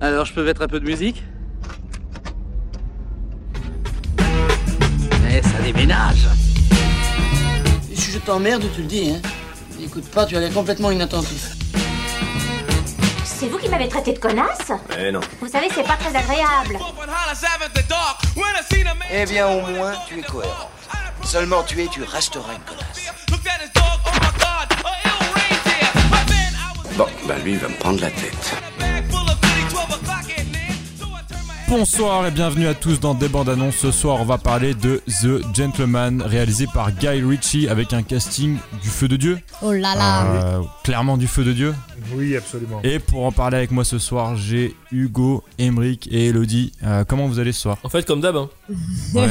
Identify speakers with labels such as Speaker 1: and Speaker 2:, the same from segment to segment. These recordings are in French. Speaker 1: Alors je peux mettre un peu de musique Mais Eh, ça déménage
Speaker 2: Si je t'emmerde, tu le dis, hein. Écoute pas, tu as l'air complètement inattentif.
Speaker 3: C'est vous qui m'avez traité de connasse
Speaker 4: Eh non.
Speaker 3: Vous savez, c'est pas très agréable.
Speaker 5: Eh bien, au moins, tu es cohérent. Seulement tu es, tu resteras une connasse.
Speaker 6: Oh,
Speaker 4: Bon, bah lui, il va me prendre la tête.
Speaker 7: Bonsoir et bienvenue à tous dans Des bandes annonces. Ce soir, on va parler de The Gentleman, réalisé par Guy Ritchie avec un casting du feu de Dieu.
Speaker 8: Oh là là.
Speaker 7: Euh, clairement du feu de Dieu.
Speaker 9: Ah Oui, absolument.
Speaker 7: Et pour en parler avec moi ce soir, j'ai Hugo, Emric et Elodie. Euh, comment vous allez ce soir
Speaker 10: En fait, comme d'hab. Hein.
Speaker 7: Ouais.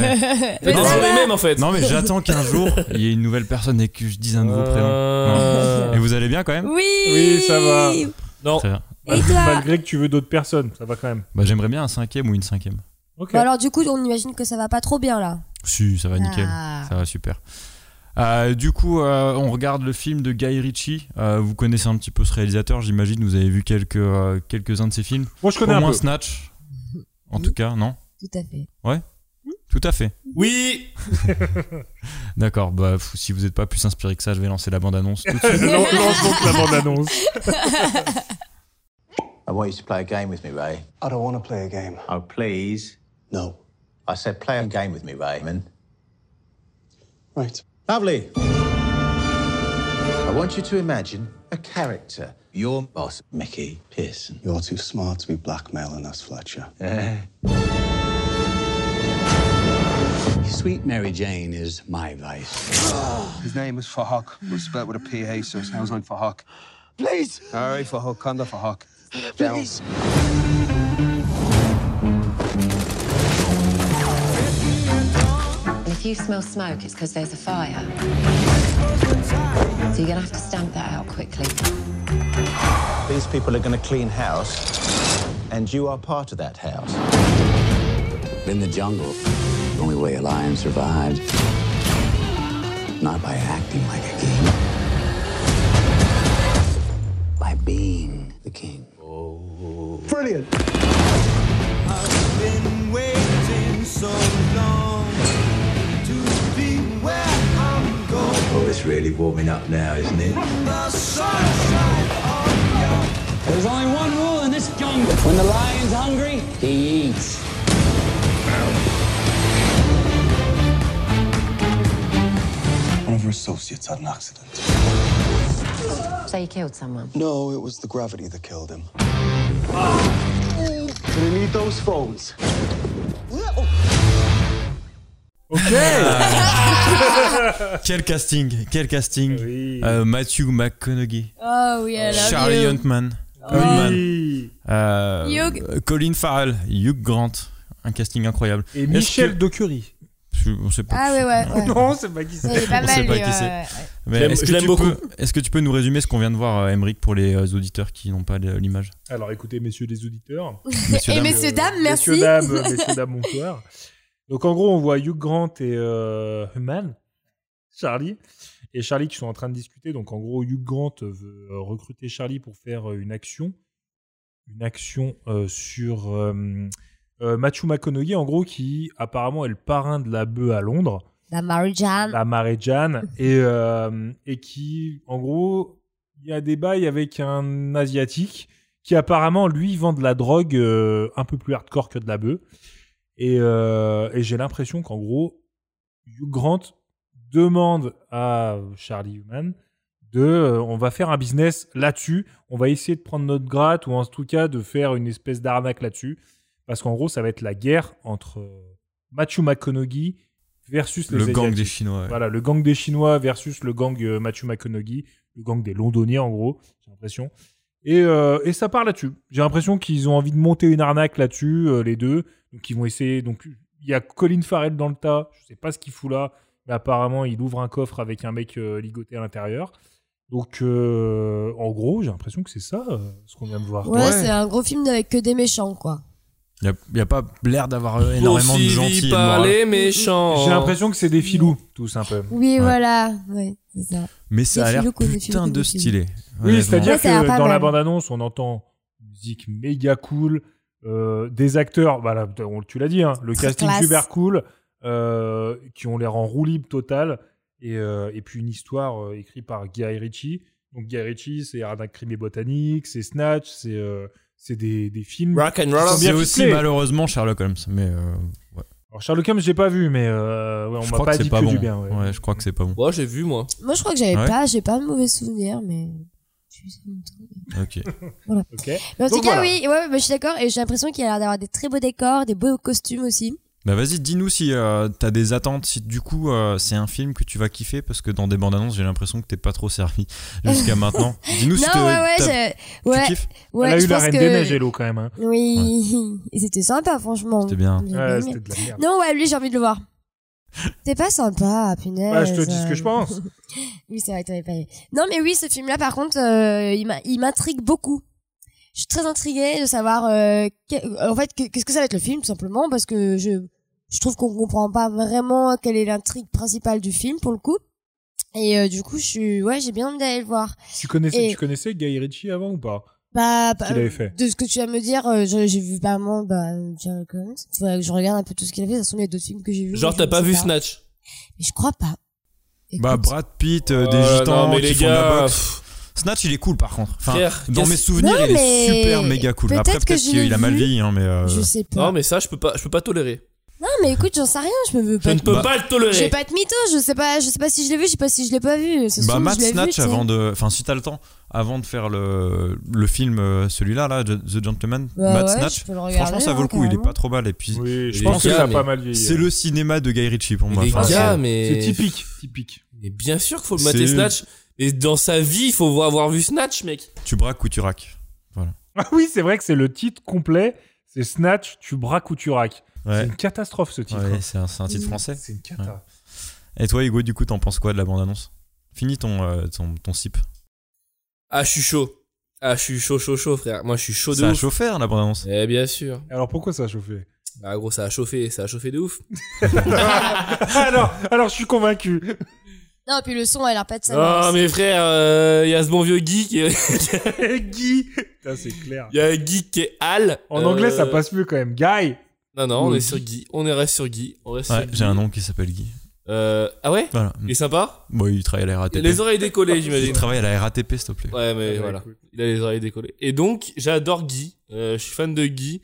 Speaker 10: Mais
Speaker 8: ça
Speaker 10: non, c'est
Speaker 8: va.
Speaker 10: les mêmes en fait.
Speaker 7: Non mais j'attends qu'un jour il y ait une nouvelle personne et que je dise un nouveau prénom.
Speaker 10: Euh,
Speaker 7: Et vous allez bien quand même
Speaker 8: Oui.
Speaker 9: Oui, ça va.
Speaker 10: Non.
Speaker 7: Très bien.
Speaker 8: Et toi
Speaker 9: Malgré que tu veux d'autres personnes, ça va quand même.
Speaker 7: Bah, J'aimerais bien un cinquième ou une cinquième.
Speaker 9: Ok.
Speaker 8: Bon alors du coup, on imagine que ça va pas trop bien là.
Speaker 7: Si, ça va nickel.
Speaker 8: Ah.
Speaker 7: Ça va super. Euh, du coup, euh, on regarde le film de Guy Ritchie. Euh, vous connaissez un petit peu ce réalisateur, j'imagine. Vous avez vu quelques, euh, quelques-uns de ses films.
Speaker 9: Moi, je
Speaker 7: Au
Speaker 9: connais un
Speaker 7: moins
Speaker 9: peu.
Speaker 7: Snatch. En tout cas, non
Speaker 8: Tout à fait.
Speaker 7: Tout à fait.
Speaker 10: Oui.
Speaker 7: D'accord. Bah, f- si vous n'êtes pas plus inspiré que ça, je vais lancer la bande-annonce tout de suite.
Speaker 9: Non, lance donc la bande-annonce.
Speaker 6: I want you to play a game with me, Ray.
Speaker 5: I don't want to play a game.
Speaker 6: Oh, please.
Speaker 5: No.
Speaker 6: I said play a game with me, Raymond.
Speaker 5: Right.
Speaker 6: Lovely. I want you to imagine a character. Your boss, Mickey Pearson.
Speaker 5: You're too smart to be blackmailing us, Fletcher.
Speaker 6: Uh-huh. Sweet Mary Jane is my vice.
Speaker 5: His name is Fahok. We're spelled with a PH, so it sounds like Fahok.
Speaker 6: Please,
Speaker 5: All right,
Speaker 9: Oh,
Speaker 5: Fahok, Kanda Fahok.
Speaker 6: please.
Speaker 11: And if you smell smoke, it's because there's a fire. So you're gonna have to stamp that out quickly.
Speaker 6: These people are going to clean house, and you are part of that house. In the jungle, the only way a lion survives, not by acting like a king, by being the king.
Speaker 5: Brilliant.
Speaker 6: Oh, it's really warming up now, isn't it?
Speaker 5: There's only one rule in this jungle. When the lion's hungry, he eats. One of her associates had an accident.
Speaker 11: So you killed someone.
Speaker 5: No, it was the gravity that killed him. Gonna need those phones.
Speaker 7: quel casting Quel casting
Speaker 9: Oui.
Speaker 7: Euh, Matthew McConaughey,
Speaker 8: Oh oui, elle a Oh,
Speaker 7: Charlie Huntman, Huntman,
Speaker 9: Oui.
Speaker 7: euh,
Speaker 8: Hugh.
Speaker 7: euh, Colin Farrell, Hugh Grant. Un casting incroyable.
Speaker 9: Et
Speaker 7: Est-ce
Speaker 9: Michel
Speaker 7: que-
Speaker 9: Dockery.
Speaker 7: On sait pas.
Speaker 8: Ah ouais ouais. ouais.
Speaker 9: Non, c'est pas qui c'est.
Speaker 8: Il est pas
Speaker 7: On
Speaker 8: mal
Speaker 7: sait
Speaker 8: lui.
Speaker 7: pas
Speaker 8: ouais,
Speaker 7: qui c'est.
Speaker 8: ouais.
Speaker 7: Mais
Speaker 10: Je l'aime-
Speaker 7: est-ce que
Speaker 10: je l'aime
Speaker 7: tu
Speaker 10: beaucoup.
Speaker 7: peux- Est-ce que tu peux nous résumer ce qu'on vient de voir, euh, Emeric, pour les euh, auditeurs qui n'ont pas euh, l'image
Speaker 9: Alors, écoutez, messieurs les auditeurs.
Speaker 7: Messieurs,
Speaker 8: Et
Speaker 7: dames.
Speaker 8: messieurs dames, merci.
Speaker 9: euh, Messieurs, dames, messieurs, dames, bonsoir. Donc, en gros, on voit Hugh Grant et euh, Human, Charlie, et Charlie qui sont en train de discuter. Donc, en gros, Hugh Grant veut euh, recruter Charlie pour faire euh, une action. Une action euh, sur euh, euh, Matthew McConaughey, en gros, qui apparemment est le parrain de la bœuf à Londres.
Speaker 8: La Marie-Jeanne.
Speaker 9: la marée Jeanne et, euh, et qui, en gros, il y a des bails avec un Asiatique qui apparemment, lui, vend de la drogue euh, un peu plus hardcore que de la bœuf. Et, euh, et j'ai l'impression qu'en gros, Hugh Grant demande à Charlie Human de euh, on va faire un business là-dessus, on va essayer de prendre notre gratte ou en tout cas de faire une espèce d'arnaque là-dessus. Parce qu'en gros, ça va être la guerre entre euh, Matthew McConaughey versus les
Speaker 7: Le gang
Speaker 9: Asiatiques.
Speaker 7: des Chinois. ouais.
Speaker 9: Voilà, le gang des Chinois versus le gang euh, Matthew McConaughey, le gang des Londoniens en gros, j'ai l'impression. Et, euh, et ça part là-dessus. J'ai l'impression qu'ils ont envie de monter une arnaque là-dessus, euh, les deux. Donc ils vont essayer. Donc il y a Colin Farrell dans le tas. Je sais pas ce qu'il fout là, mais apparemment il ouvre un coffre avec un mec euh, ligoté à l'intérieur. Donc euh, en gros, j'ai l'impression que c'est ça euh, ce qu'on vient de voir.
Speaker 8: Ouais, c'est un gros film avec que des méchants quoi.
Speaker 7: Il n'y a, pas l'air d'avoir euh, énormément de gentils. et de
Speaker 10: par
Speaker 7: morale.
Speaker 10: les méchants.
Speaker 9: J'ai l'impression que c'est des filous tous un peu.
Speaker 8: Oui
Speaker 7: Ouais.
Speaker 8: voilà. Ouais, c'est ça.
Speaker 7: Mais ça
Speaker 8: Des
Speaker 7: a l'air
Speaker 8: filous connus,
Speaker 7: putain
Speaker 8: filous
Speaker 7: de
Speaker 8: connus.
Speaker 7: stylé.
Speaker 9: Oui,
Speaker 7: honnêtement.
Speaker 9: c'est-à-dire
Speaker 8: Ouais, ça a l'air
Speaker 9: que
Speaker 8: pas
Speaker 9: dans la
Speaker 8: mal.
Speaker 9: bande-annonce, on entend musique méga cool, euh, des acteurs, bah là, on- tu l'as dit, hein, le
Speaker 8: Très
Speaker 9: casting
Speaker 8: classe.
Speaker 9: super cool, euh, qui ont l'air en roue libre totale, et, euh, et puis une histoire euh, écrite par Guy Ritchie. Donc Guy Ritchie, c'est Arnaque Crime et Botanique, c'est Snatch, c'est euh, c'est des, des films.
Speaker 10: Rock and roll.
Speaker 9: qui sont
Speaker 7: C'est
Speaker 9: bien
Speaker 7: aussi
Speaker 9: ficelés.
Speaker 7: malheureusement Sherlock Holmes, mais euh, ouais.
Speaker 9: Alors Sherlock Holmes, j'ai pas vu, mais euh, ouais, on
Speaker 7: je
Speaker 9: m'a
Speaker 7: crois
Speaker 9: pas
Speaker 7: que
Speaker 9: dit
Speaker 7: c'est pas
Speaker 9: que
Speaker 7: bon.
Speaker 9: du bien. ouais.
Speaker 7: Ouais, je crois que c'est pas bon.
Speaker 10: Ouais, j'ai vu, moi.
Speaker 8: Moi, je crois que j'avais
Speaker 7: Ouais.
Speaker 8: pas, j'ai pas de mauvais souvenirs, mais. je suis sûre de mon truc.
Speaker 7: Ok.
Speaker 9: Ok.
Speaker 8: Mais en
Speaker 9: Donc
Speaker 8: tout cas,
Speaker 9: voilà.
Speaker 8: oui, ouais, ouais, mais je suis d'accord, et j'ai l'impression qu'il a l'air d'avoir des très beaux décors, des beaux costumes aussi.
Speaker 7: Bah vas-y, dis-nous si euh, t'as des attentes, si du coup euh, c'est un film que tu vas kiffer, parce que dans des bandes annonces j'ai l'impression que t'es pas trop servi jusqu'à maintenant. Dis-nous si
Speaker 8: non,
Speaker 7: te-
Speaker 8: ouais, ouais,
Speaker 7: t'as-
Speaker 8: je...
Speaker 7: tu
Speaker 8: ouais,
Speaker 7: kiffes.
Speaker 8: ouais,
Speaker 9: Elle a
Speaker 8: je
Speaker 9: eu la
Speaker 8: pense
Speaker 9: Reine
Speaker 8: que...
Speaker 9: des Neiges, Hello, quand même. hein.
Speaker 8: Oui, et c'était sympa, franchement.
Speaker 7: C'était bien. hein.
Speaker 8: J'ai bien
Speaker 9: Ouais,
Speaker 8: aimé.
Speaker 9: c'était de la merde.
Speaker 8: Non, ouais, lui, j'ai envie de le voir. T'es pas sympa, punaise.
Speaker 9: Bah, je te dis ce que je pense.
Speaker 8: euh, Oui, c'est vrai que t'avais pas aimé. Non, mais oui, ce film-là, par contre, euh, il m'a- il m'intrigue beaucoup. Je suis très intriguée de savoir, euh, que- en fait, que- qu'est-ce que ça va être le film, tout simplement, parce que je, je trouve qu'on comprend pas vraiment quelle est l'intrigue principale du film, pour le coup. Et euh, du coup, je suis, ouais, j'ai bien envie d'aller le voir.
Speaker 9: Tu connaissais,
Speaker 8: Et-
Speaker 9: tu connaissais Guy Ritchie avant ou pas
Speaker 8: Bah, bah,
Speaker 9: qu'il avait fait.
Speaker 8: De ce que tu vas me dire, euh, je- j'ai vu pas mal, bah, Sherlock Holmes. Faudrait que je regarde un peu tout ce qu'il a fait. De toute façon, il y a d'autres films que j'ai vus.
Speaker 10: Genre,
Speaker 8: mais
Speaker 10: t'as
Speaker 8: je
Speaker 10: pas
Speaker 8: sais
Speaker 10: vu Snatch
Speaker 8: Mais je crois pas.
Speaker 7: Bah
Speaker 8: Écoute,
Speaker 7: Brad Pitt, euh, des
Speaker 10: Euh,
Speaker 7: gitans
Speaker 10: non, mais
Speaker 7: qui
Speaker 10: les
Speaker 7: font de la
Speaker 10: gars,
Speaker 7: boxe.
Speaker 10: pff,
Speaker 7: Snatch il est cool par contre. Enfin,
Speaker 10: frère,
Speaker 7: dans
Speaker 10: qu'est-ce-
Speaker 7: mes souvenirs
Speaker 8: Non,
Speaker 7: il est
Speaker 8: mais
Speaker 7: super méga cool.
Speaker 8: peut-être
Speaker 7: Après
Speaker 8: que
Speaker 7: peut-être
Speaker 8: je
Speaker 7: qu'il
Speaker 8: l'ai
Speaker 7: a mal
Speaker 8: vu.
Speaker 7: vieilli, hein, mais euh,
Speaker 8: Je sais pas.
Speaker 10: Non, mais ça, je peux pas, je peux pas tolérer.
Speaker 8: Non, mais écoute, j'en sais rien. Je peux veux
Speaker 10: Je
Speaker 8: pas.
Speaker 10: ne peux
Speaker 7: Bah,
Speaker 10: pas le
Speaker 8: Je vais
Speaker 10: tolérer.
Speaker 8: pas être mytho. Je sais pas. Je sais pas si je l'ai vu. Je sais pas si je l'ai pas vu. Ça se
Speaker 7: Bah,
Speaker 8: trouve,
Speaker 7: Matt
Speaker 8: je l'ai vu,
Speaker 7: Snatch
Speaker 8: tu sais.
Speaker 7: avant de. Enfin, si t'as le temps, avant de faire le, le film, euh, celui-là, là, The The Gentleman,
Speaker 8: Bah
Speaker 7: Matt
Speaker 8: ouais,
Speaker 7: Snatch,
Speaker 8: je peux le regarder,
Speaker 7: franchement, ça vaut
Speaker 8: hein,
Speaker 7: le coup, il est
Speaker 8: carrément.
Speaker 7: pas trop mal. Et puis,
Speaker 9: Oui, je
Speaker 10: les
Speaker 9: pense que
Speaker 10: gars,
Speaker 9: ça a
Speaker 10: mais
Speaker 9: pas mal vieilli.
Speaker 7: c'est le cinéma de Guy Ritchie pour moi.
Speaker 10: les
Speaker 7: Enfin,
Speaker 10: gars,
Speaker 7: c'est-
Speaker 10: mais.
Speaker 9: C'est typique, typique.
Speaker 10: Mais bien sûr qu'il faut le
Speaker 7: C'est-
Speaker 10: mater Snatch. Et dans sa vie, il faut avoir vu Snatch, mec.
Speaker 7: Tu braques ou tu raques.
Speaker 9: Ah oui, c'est vrai que c'est le titre complet. C'est Snatch, tu braques ou tu raques. C'est
Speaker 7: Ouais,
Speaker 9: une catastrophe ce titre.
Speaker 7: Ouais, c'est un, c'est un titre français.
Speaker 9: C'est une cata.
Speaker 7: Et toi, Hugo, du coup, t'en penses quoi de la bande-annonce Fini ton, euh, ton, ton sip.
Speaker 10: Ah, je suis chaud. Ah, je suis chaud, chaud, chaud, frère. Moi, je suis chaud de
Speaker 7: Ça a
Speaker 10: ouf.
Speaker 7: chauffé, hein, la bande-annonce.
Speaker 10: Eh bien sûr.
Speaker 9: Alors pourquoi ça a chauffé
Speaker 10: Bah, gros, ça a chauffé, ça a chauffé de ouf.
Speaker 9: alors, alors je suis convaincu.
Speaker 8: Non, puis le son a l'air pas de ça.
Speaker 10: Ah, mais frère, euh, il y a ce bon vieux geek. Il
Speaker 9: Guy Putain, c'est clair.
Speaker 10: y a un geek qui est Al.
Speaker 9: En
Speaker 10: Euh,
Speaker 9: anglais, ça passe mieux quand même. Guy
Speaker 10: Non, non, on
Speaker 9: Oui.
Speaker 10: est sur Guy. On est reste sur Guy. On reste
Speaker 7: Ouais,
Speaker 10: sur Guy.
Speaker 7: j'ai un nom qui s'appelle Guy.
Speaker 10: Euh, ah ouais
Speaker 7: Voilà.
Speaker 10: Il est sympa
Speaker 7: Bon, il travaille à la RATP.
Speaker 10: Les oreilles décollées,
Speaker 7: Il
Speaker 10: j'imagine.
Speaker 7: travaille à la RATP, s'il te plaît.
Speaker 10: Ouais, mais
Speaker 9: Ouais,
Speaker 10: voilà.
Speaker 9: cool.
Speaker 10: Il a les oreilles décollées. Et donc, j'adore Guy. Euh, je suis fan de Guy.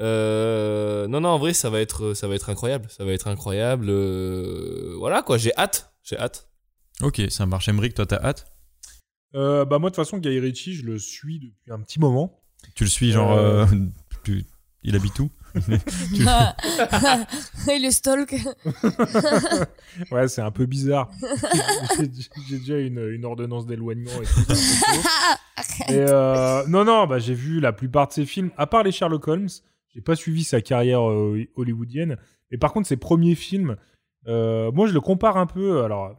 Speaker 10: Euh, non, non, en vrai, ça va être, ça va être incroyable. Ça va être incroyable. Euh, voilà, quoi. J'ai hâte. J'ai hâte.
Speaker 7: Ok, ça marche. Emmerich, toi, t'as hâte
Speaker 9: Euh, Bah moi, de toute façon, Guy Ritchie, je le suis depuis un petit moment.
Speaker 7: Tu le suis, genre.
Speaker 9: Euh.
Speaker 7: euh, tu- Il habite où
Speaker 8: Et le stalk.
Speaker 9: Ouais, c'est un peu bizarre. J'ai- J'ai déjà une, une ordonnance d'éloignement et tout. c'est un peu chaud. Et, euh, non, non, bah, j'ai vu la plupart de ses films, à part les Sherlock Holmes. J'ai pas suivi sa carrière euh, hollywoodienne. Mais par contre, ses premiers films, euh, moi, je le compare un peu. Alors,
Speaker 7: Ah.
Speaker 9: c'est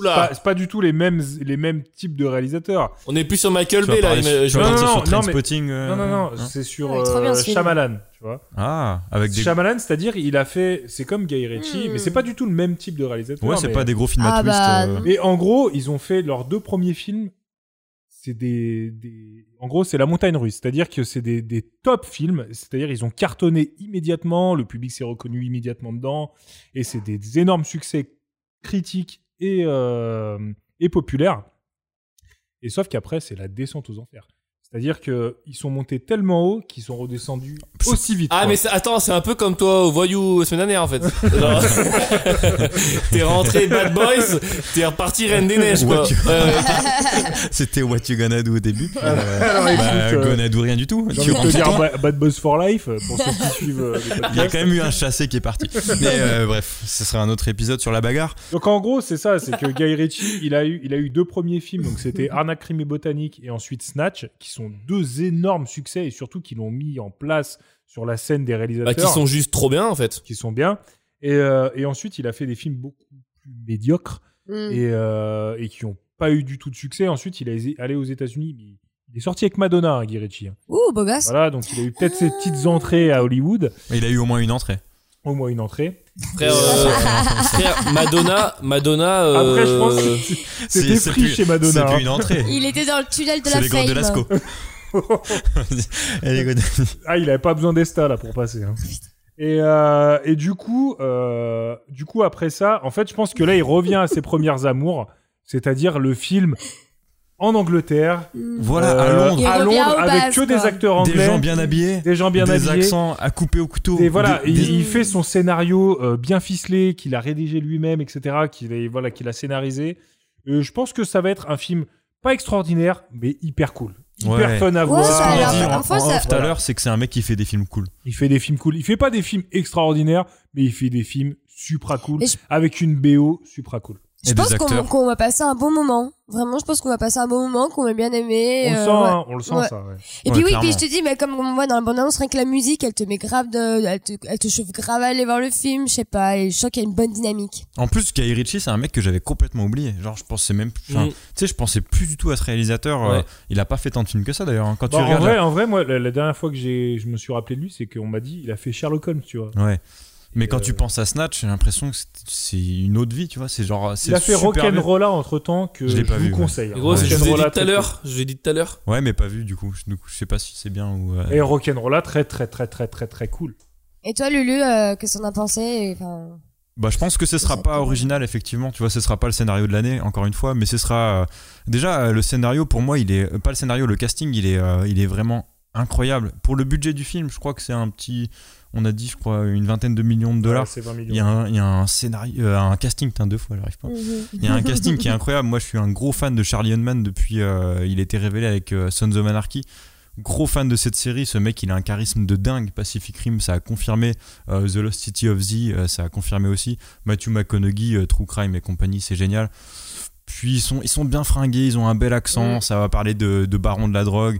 Speaker 10: Oula,
Speaker 9: pas, c'est pas du tout les mêmes, les mêmes types de réalisateurs.
Speaker 10: on est plus sur Michael
Speaker 7: Tu vas
Speaker 10: Bay là.
Speaker 7: parler-
Speaker 10: il me-
Speaker 7: tu
Speaker 10: je
Speaker 7: vas
Speaker 10: me-
Speaker 9: non,
Speaker 7: partir
Speaker 9: non,
Speaker 7: sur
Speaker 9: non, mais-
Speaker 7: Trainspotting, euh,
Speaker 9: Non, non, non,
Speaker 7: hein
Speaker 9: c'est sur
Speaker 8: Ouais, trop bien,
Speaker 9: euh,
Speaker 8: ce film.
Speaker 9: Shyamalan, tu vois.
Speaker 7: Ah, avec des.
Speaker 9: Shyamalan, c'est-à-dire, il a fait, c'est comme Guy Ritchie,
Speaker 8: Hmm.
Speaker 9: mais c'est pas du tout le même type de réalisateur.
Speaker 7: Ouais, c'est
Speaker 9: mais-
Speaker 7: pas des gros films à
Speaker 8: Ah,
Speaker 7: twist.
Speaker 8: bah,
Speaker 7: euh,
Speaker 9: Mais en gros, ils ont fait leurs deux premiers films. C'est des, des- En gros, c'est la montagne russe. C'est-à-dire que c'est des, des top films. C'est-à-dire ils ont cartonné immédiatement. Le public s'est reconnu immédiatement dedans. Et c'est des énormes succès critiques et, euh, et populaires. Et sauf qu'après, c'est la descente aux enfers. C'est-à-dire qu'ils sont montés tellement haut qu'ils sont redescendus aussi vite.
Speaker 10: Ah
Speaker 9: quoi.
Speaker 10: mais c'est- attends, c'est un peu comme toi au voyou la semaine dernière en fait. Genre, t'es rentré Bad Boys, t'es reparti Reine des Neiges quoi. Euh,
Speaker 7: What you-
Speaker 10: Ouais, ouais.
Speaker 7: C'était What You Gonna Do au début.
Speaker 9: Ah,
Speaker 7: puis, euh,
Speaker 9: Alors, écoute,
Speaker 7: bah,
Speaker 9: euh,
Speaker 7: Gonna Do rien du tout.
Speaker 9: j'ai
Speaker 7: Tu
Speaker 9: envie de te
Speaker 7: rentres
Speaker 9: dire,
Speaker 7: dedans.
Speaker 9: Ba- Bad Boss for Life, euh, pour ceux qui suivent euh, le
Speaker 7: Il y a
Speaker 9: podcast.
Speaker 7: quand même eu un chassé qui est parti. Mais euh, bref, ce serait un autre épisode sur la bagarre.
Speaker 9: Donc en gros, c'est ça, c'est que Guy Ritchie, il a eu, il a eu deux premiers films, donc c'était Arnaque, Crime et Botanique et ensuite Snatch, qui sont deux énormes succès et surtout qui l'ont mis en place sur la scène des
Speaker 10: Bah,
Speaker 9: réalisateurs
Speaker 10: qui sont juste trop bien en fait.
Speaker 9: qui sont bien. Et, euh, et ensuite, il a fait des films beaucoup plus médiocres
Speaker 8: Mm.
Speaker 9: et, euh, et qui n'ont pas eu du tout de succès. Ensuite, il est allé aux États-Unis. mais Il est sorti avec Madonna, hein, Guy Ritchie. hein.
Speaker 8: Ouh, beau gosse.
Speaker 9: Voilà, donc il a eu peut-être ses petites entrées à Hollywood,
Speaker 7: Il a eu au moins une entrée.
Speaker 9: au moins une entrée.
Speaker 10: Frère, euh, frère Madonna, Madonna. euh,
Speaker 9: Après, je pense que
Speaker 7: C'est-
Speaker 9: c'était
Speaker 7: c'est
Speaker 9: pris
Speaker 7: plus-
Speaker 9: chez Madonna.
Speaker 7: C'est
Speaker 9: hein.
Speaker 7: plus une entrée.
Speaker 8: Il était dans le tunnel de
Speaker 7: C'est
Speaker 8: la
Speaker 7: les grandes de
Speaker 8: fame.
Speaker 7: Lascaux. Elle est connue.
Speaker 9: Ah, il avait pas besoin d'Esta là pour passer. hein. Et, euh, et du coup, euh, du coup après ça, en fait, je pense que là, il revient à ses premières amours, c'est-à-dire le film en Angleterre,
Speaker 8: Mm.
Speaker 7: Voilà,
Speaker 9: euh,
Speaker 7: à Londres.
Speaker 8: Il
Speaker 9: à
Speaker 8: revient
Speaker 9: Londres,
Speaker 8: aux
Speaker 9: avec
Speaker 8: bases,
Speaker 9: que des
Speaker 8: quoi.
Speaker 9: acteurs anglais,
Speaker 7: Des gens bien habillés,
Speaker 9: des gens bien
Speaker 7: des
Speaker 9: habillés.
Speaker 7: accents à couper au couteau.
Speaker 9: Et voilà,
Speaker 7: Des-
Speaker 9: il,
Speaker 7: des-
Speaker 9: il fait son scénario euh, bien ficelé, qu'il a rédigé lui-même, etc., qu'il est- voilà, qu'il a scénarisé. Euh, je pense que ça va être un film pas extraordinaire, mais hyper cool. Hyper
Speaker 7: Ouais.
Speaker 9: fun à
Speaker 8: Ouais,
Speaker 9: voir.
Speaker 8: ça a
Speaker 7: On
Speaker 8: l'air-
Speaker 7: dit en-
Speaker 8: enfin,
Speaker 7: en
Speaker 8: ça-
Speaker 7: off tout à l'heure, c'est que c'est un mec qui fait des films cool.
Speaker 9: Il fait des films cool. Il fait pas des films extraordinaires, mais il fait des films supra cool,
Speaker 8: Et je-
Speaker 9: avec une BO supra cool.
Speaker 7: Et
Speaker 8: Je
Speaker 7: des
Speaker 8: pense qu'on
Speaker 7: acteurs.
Speaker 8: qu'on va passer un bon moment. Vraiment, je pense qu'on va passer un bon moment, qu'on va bien aimer.
Speaker 9: On le
Speaker 8: euh,
Speaker 9: sent,
Speaker 8: ouais.
Speaker 9: hein, on le sent
Speaker 8: Ouais.
Speaker 9: ça. ouais.
Speaker 8: Et
Speaker 7: Ouais,
Speaker 8: puis oui,
Speaker 7: clairement.
Speaker 8: puis je te dis, mais comme on voit dans la bande-annonce, rien que la musique, elle te met grave de, elle te, elle te chauffe grave à aller voir le film, je sais pas, et je sens qu'il y a une bonne dynamique.
Speaker 7: En plus, Guy Ritchie, c'est un mec que j'avais complètement oublié. Genre, je pensais même, enfin,
Speaker 10: Mm.
Speaker 7: tu sais, je pensais plus du tout à ce réalisateur. euh,
Speaker 10: Ouais.
Speaker 7: il a pas fait tant de films que ça d'ailleurs. hein. Quand
Speaker 9: Bah,
Speaker 7: tu
Speaker 9: en,
Speaker 7: regardes,
Speaker 9: vrai, en vrai, moi, la, la dernière fois que j'ai- je me suis rappelé de lui, c'est qu'on m'a dit, il a fait Sherlock Holmes, tu vois.
Speaker 7: la- ouais. Mais
Speaker 9: Et,
Speaker 7: quand
Speaker 9: euh,
Speaker 7: tu penses à Snatch, j'ai l'impression que c'est- c'est une autre vie, tu vois. C'est genre, c'est
Speaker 9: Il a fait
Speaker 7: super bien.
Speaker 9: Rock'n'Rolla entre temps que
Speaker 7: Je
Speaker 9: je,
Speaker 7: l'ai pas
Speaker 9: vous
Speaker 7: vu, ouais.
Speaker 9: conseille.
Speaker 10: Gros,
Speaker 9: hein.
Speaker 10: je vous ai
Speaker 9: Rock'n'Rolla,
Speaker 10: dit tout à
Speaker 9: très cool.
Speaker 10: l'heure. Je vous ai dit tout à l'heure.
Speaker 7: Ouais, mais pas vu du coup. Du coup, je sais pas si c'est bien ou. euh,
Speaker 9: Et Rock'n'Rolla, très très très très très très cool.
Speaker 8: Et toi, Lulu, euh, qu'est-ce qu'on a pensé et, enfin,
Speaker 7: Bah, je pense que ce sera
Speaker 8: Ça
Speaker 7: pas
Speaker 8: peut-
Speaker 7: original, effectivement. Tu vois, ce sera pas le scénario de l'année, encore une fois. Mais ce sera. euh, Déjà, euh, le scénario, pour moi, il est. euh, Pas le scénario, le casting, il est, euh, il est vraiment incroyable. Pour le budget du film, je crois que c'est un petit. On a dit, je crois, une vingtaine de millions de dollars.
Speaker 9: Ouais, c'est 20
Speaker 7: Il y a
Speaker 9: millions.
Speaker 7: un, il y a un scénario. euh, un casting, putain, deux fois, j'arrive pas.
Speaker 8: Mhm.
Speaker 7: Il y a un casting qui est incroyable. Moi, je suis un gros fan de Charlie Hunman depuis. euh, il était révélé avec euh, Sons of Anarchy. Gros fan de cette série. Ce mec, il a un charisme de dingue. Pacific Rim, ça a confirmé. Euh, The Lost City of Z, euh, ça a confirmé aussi. Matthew McConaughey, euh, True Crime et compagnie, c'est génial. Puis ils sont, ils sont bien fringués, ils ont un bel accent. Ça va parler de, de baron de la drogue.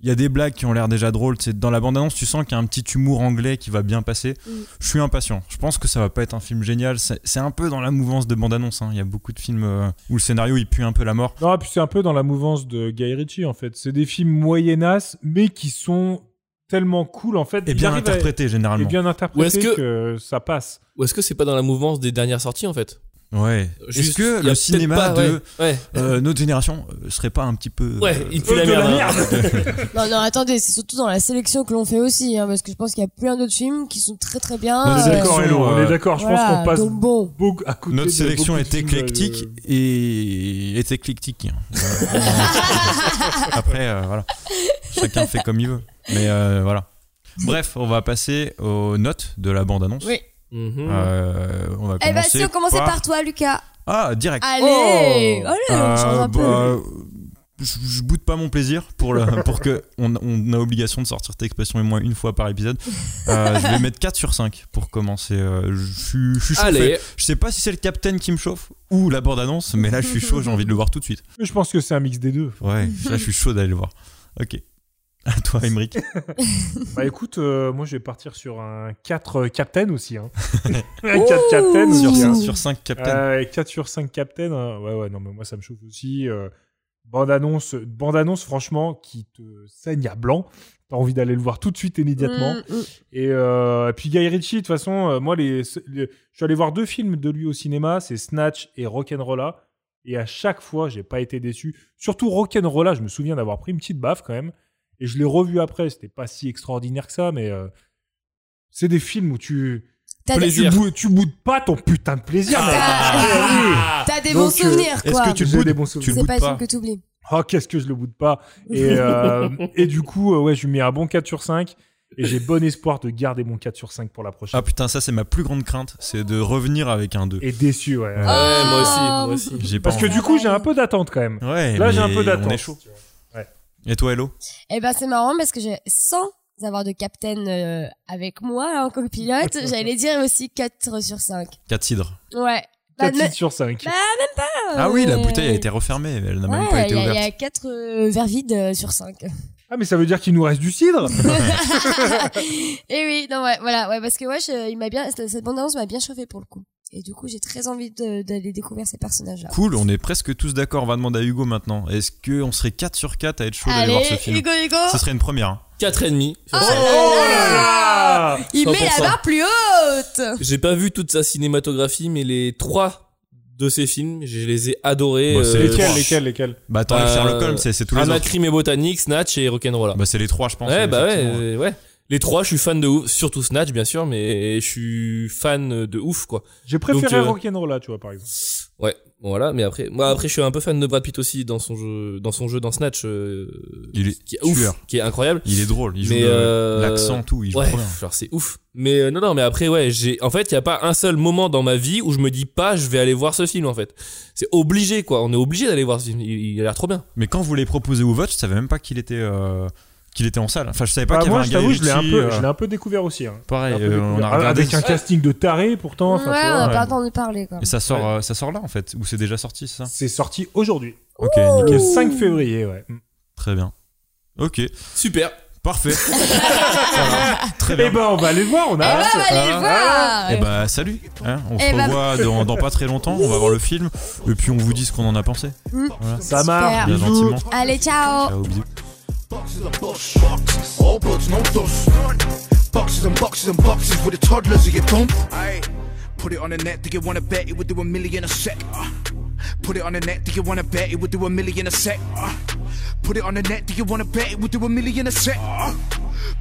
Speaker 7: Il y a des blagues qui ont l'air déjà drôles. Tu sais, Dans la bande-annonce, tu sens qu'il y a un petit humour anglais qui va bien passer. Je suis impatient. Je pense que ça va pas être un film génial. C'est c'est un peu dans la mouvance de bande-annonce. hein. Il y a beaucoup de films euh, où le scénario il pue un peu la mort.
Speaker 9: Non, puis c'est un peu dans la mouvance de Guy Ritchie en fait. C'est des films moyennas, mais qui sont tellement cool en fait.
Speaker 7: Et bien
Speaker 9: Ils arrivent à-
Speaker 7: interprété
Speaker 9: Et
Speaker 7: généralement.
Speaker 9: bien
Speaker 10: Ou
Speaker 9: interprété
Speaker 10: est-ce
Speaker 9: que...
Speaker 10: que-
Speaker 9: ça passe.
Speaker 10: Ou est-ce que c'est pas dans la mouvance des dernières sorties en fait
Speaker 7: Ouais. Est-ce
Speaker 10: Juste, y
Speaker 7: que
Speaker 10: a
Speaker 7: le
Speaker 10: peut-être
Speaker 7: cinéma
Speaker 10: pas-
Speaker 7: de
Speaker 10: ouais, Ouais,
Speaker 7: euh, notre génération euh, serait pas un petit peu.
Speaker 10: Ouais,
Speaker 7: euh,
Speaker 10: il pue la
Speaker 9: de la
Speaker 10: merde. hein.
Speaker 8: Non, non, attendez, c'est surtout dans la sélection que l'on fait aussi, hein, parce que je pense qu'il y a plein d'autres films qui sont très très bien.
Speaker 7: On est
Speaker 8: euh,
Speaker 7: d'accord, Hello,
Speaker 9: Ah, on
Speaker 7: euh,
Speaker 9: est d'accord. hein. Je
Speaker 8: voilà,
Speaker 9: pense qu'on passe
Speaker 8: donc bon.
Speaker 9: beaucoup à côté
Speaker 7: Notre
Speaker 9: de
Speaker 7: sélection
Speaker 9: beaucoup de
Speaker 7: est
Speaker 9: films,
Speaker 7: éclectique
Speaker 9: euh,
Speaker 7: et est éclectique. Euh, Après, euh, voilà. Chacun fait comme il veut. Mais euh, voilà. Bref, on va passer aux notes de la bande-annonce.
Speaker 8: Oui.
Speaker 10: Mhm.
Speaker 7: Euh, on va
Speaker 8: Eh ben,
Speaker 7: commencer
Speaker 8: si on commençait par toi, Oh. Lucas.
Speaker 7: Ah, direct.
Speaker 8: Allez, allez, on
Speaker 7: Euh,
Speaker 8: change un peu.
Speaker 7: bah,
Speaker 8: Mm,
Speaker 7: je, je boude pas mon plaisir pour, le, pour que on, on a obligation de sortir cette expression au moins une fois par épisode. Euh, je vais mettre 4 sur 5 pour commencer. Euh, je suis- je suis chauffé.
Speaker 10: Allez.
Speaker 7: Je sais pas si c'est le capitaine qui me chauffe ou la bande-annonce, mais là je suis chaud, j'ai envie de le voir tout de suite.
Speaker 9: Je pense que c'est un mix des deux.
Speaker 7: Ouais, là je suis chaud d'aller le voir. Ok. À toi, Emmerich.
Speaker 9: Bah écoute, euh, moi je vais partir sur un 4 euh, Captain aussi. Hein. un 4 Captain
Speaker 7: Sur,
Speaker 9: aussi, hein.
Speaker 7: 5, sur 5 capitaine.
Speaker 9: Euh, 4 sur 5 Captain. hein. Ouais, ouais, non, mais moi ça me chauffe aussi. euh, bande-annonce, bande-annonce, franchement, qui te saigne à blanc. T'as envie d'aller le voir tout de suite, immédiatement.
Speaker 8: Mm, mm.
Speaker 9: Et, euh, et puis Guy Ritchie, de toute façon, euh, moi, les, les- je suis allé voir deux films de lui au cinéma, c'est Snatch et Rock'n'Rolla. Et à chaque fois, j'ai pas été déçu. Surtout Rock'n'Rolla, je me souviens d'avoir pris une petite baffe quand même. Et je l'ai revu après, c'était pas si extraordinaire que ça, mais euh, c'est des films où tu,
Speaker 8: T'as des,
Speaker 10: Plaisir.
Speaker 9: tu, bou- tu boudes pas ton putain de plaisir. mec. Eh
Speaker 10: Ah.
Speaker 8: t'as des
Speaker 9: Donc,
Speaker 8: bons
Speaker 9: euh,
Speaker 8: souvenirs,
Speaker 7: Est-ce
Speaker 8: quoi.
Speaker 7: que tu
Speaker 9: J'ai
Speaker 7: boudes
Speaker 9: des bons
Speaker 7: Tu
Speaker 9: souvenirs.
Speaker 7: le
Speaker 8: C'est pas
Speaker 7: boudes
Speaker 8: le
Speaker 7: pas.
Speaker 8: film que t'oublies.
Speaker 9: Oh, qu'est-ce que je le boude pas. Et, euh, et du coup, euh, ouais, je lui mets un bon 4 sur 5. Et j'ai bon espoir de garder mon 4 sur 5 pour la prochaine.
Speaker 7: Ah putain, ça c'est ma plus grande crainte, c'est de revenir avec un 2.
Speaker 9: Et déçu, ouais.
Speaker 10: Ouais, moi aussi, moi aussi.
Speaker 7: J'ai pas
Speaker 9: Parce que
Speaker 7: envie.
Speaker 9: du coup, j'ai un peu d'attente quand même.
Speaker 7: Ouais,
Speaker 9: Là,
Speaker 7: mais
Speaker 9: j'ai un peu d'attente.
Speaker 7: On est chaud. Et toi, Hello
Speaker 8: Eh ben c'est marrant parce que j'ai- sans avoir de captain euh, avec moi là, en copilote, j'allais dire aussi 4 sur 5.
Speaker 7: 4 cidres.
Speaker 8: Ouais. Bah,
Speaker 9: 4
Speaker 8: ne-
Speaker 9: sur 5.
Speaker 8: Bah,
Speaker 7: Ah oui, la
Speaker 8: euh,
Speaker 7: bouteille a été refermée, elle n'a même pas
Speaker 8: Ouais,
Speaker 7: été
Speaker 8: il y, a- il
Speaker 7: ouverte.
Speaker 8: y a 4 verres vides euh, sur 5.
Speaker 9: Ah, mais ça veut dire qu'il nous reste du cidre
Speaker 8: Et Eh oui, non ouais, voilà, ouais parce que ouais, je- il m'a bien cette cette bande-annonce m'a bien chauffé pour le coup. Et du coup, j'ai très envie de- d'aller découvrir ces personnages là.
Speaker 7: Cool, on est presque tous d'accord, on va demander à Hugo maintenant. Est-ce qu'on serait 4 sur 4 à être chaud d'aller
Speaker 8: Allez,
Speaker 7: voir ce film
Speaker 8: Hugo Hugo,
Speaker 7: Ce serait une première. hein.
Speaker 10: Quatre et demi.
Speaker 8: Oh
Speaker 7: Euh,
Speaker 8: là là Il met la
Speaker 10: 100%.
Speaker 8: barre plus haute.
Speaker 10: J'ai pas vu toute sa cinématographie, mais les trois de ces films. Je les ai adorés.
Speaker 7: Bah, c'est les
Speaker 9: Lesquels,
Speaker 7: trois.
Speaker 9: lesquels, lesquels
Speaker 7: Bah, attends,
Speaker 10: Euh,
Speaker 7: Sherlock Holmes, c'est c'est tous les autres.
Speaker 10: Anacrim et Botanique, Snatch et Rock'n'Roll.
Speaker 7: Bah, c'est les trois, je pense.
Speaker 10: ouais, bah ouais,
Speaker 7: effectivement.
Speaker 10: euh, ouais. Les trois, je suis fan de ouf. Surtout Snatch, bien sûr, mais je suis fan de ouf, quoi.
Speaker 9: J'ai préféré
Speaker 10: Donc, euh,
Speaker 9: Rock'n'Roll là, tu vois, par exemple.
Speaker 10: Ouais, bon, voilà. Mais après, moi, après, je suis un peu fan de Brad Pitt aussi dans son jeu, dans son jeu dans Snatch, euh,
Speaker 7: Il est
Speaker 10: qui est ouf,
Speaker 7: tueur.
Speaker 10: qui est incroyable.
Speaker 7: Il est drôle, il joue
Speaker 10: Mais,
Speaker 7: le-
Speaker 10: euh,
Speaker 7: l'accent, tout, il joue
Speaker 10: ouais,
Speaker 7: trop bien.
Speaker 10: genre c'est ouf. Mais euh, non, non, mais après, ouais, j'ai. En fait, il y a pas un seul moment dans ma vie où je me dis pas, je vais aller voir ce film. En fait, c'est obligé, quoi. On est obligé d'aller voir ce film. Il, il a l'air trop bien.
Speaker 7: Mais quand vous l'avez proposé au vote, je savais même pas qu'il était, euh, qu'il était en salle. Enfin, je savais pas
Speaker 9: Bah,
Speaker 7: qu'il y
Speaker 9: moi,
Speaker 7: avait
Speaker 9: je
Speaker 7: un Guy
Speaker 9: t'avoue, je l'ai un,
Speaker 7: Ritchie,
Speaker 9: peu-
Speaker 7: euh,
Speaker 9: je l'ai un peu découvert aussi. hein.
Speaker 7: Pareil,
Speaker 9: Un peu
Speaker 7: euh, on
Speaker 9: découvert.
Speaker 7: a regardé.
Speaker 9: Avec un casting de taré, pourtant.
Speaker 8: Ouais,
Speaker 9: enfin,
Speaker 8: on
Speaker 9: tu vois,
Speaker 8: n'a
Speaker 9: ouais.
Speaker 8: pas entendu parler, quoi.
Speaker 7: Et ça sort, euh, ça sort là en fait, ou c'est déjà sorti ça
Speaker 9: C'est sorti aujourd'hui,
Speaker 7: Ok,
Speaker 9: le
Speaker 7: nickel,
Speaker 9: 5 février, ouais.
Speaker 7: très bien. Ok,
Speaker 10: Super.
Speaker 7: parfait. Ça va, Très
Speaker 9: Eh
Speaker 7: bien.
Speaker 9: ben, on va aller voir, on a
Speaker 8: Ah,
Speaker 9: hâte.
Speaker 8: allez le voir
Speaker 7: Eh bah salut, hein, on se
Speaker 8: Ah Eh bah-
Speaker 7: revoit dans, dans pas très longtemps, on va voir le film et puis on vous dit ce qu'on en a pensé.
Speaker 8: Mm.
Speaker 7: Voilà,
Speaker 9: Ça marche,
Speaker 8: Super.
Speaker 7: bien
Speaker 9: bisous.
Speaker 7: gentiment.
Speaker 8: Allez, ciao
Speaker 7: Ciao, bisous.
Speaker 6: Boxes and boxes, boxes, all books, no dust. Boxes and boxes and boxes with the toddlers who get dumped. Aye. Put it on the net, think you wanna bet it would do a million a sec. Uh. Put it on the net, think you wanna bet it would do a million a sec. Uh. Put it on the net, think you wanna bet it would do a million a sec. Uh.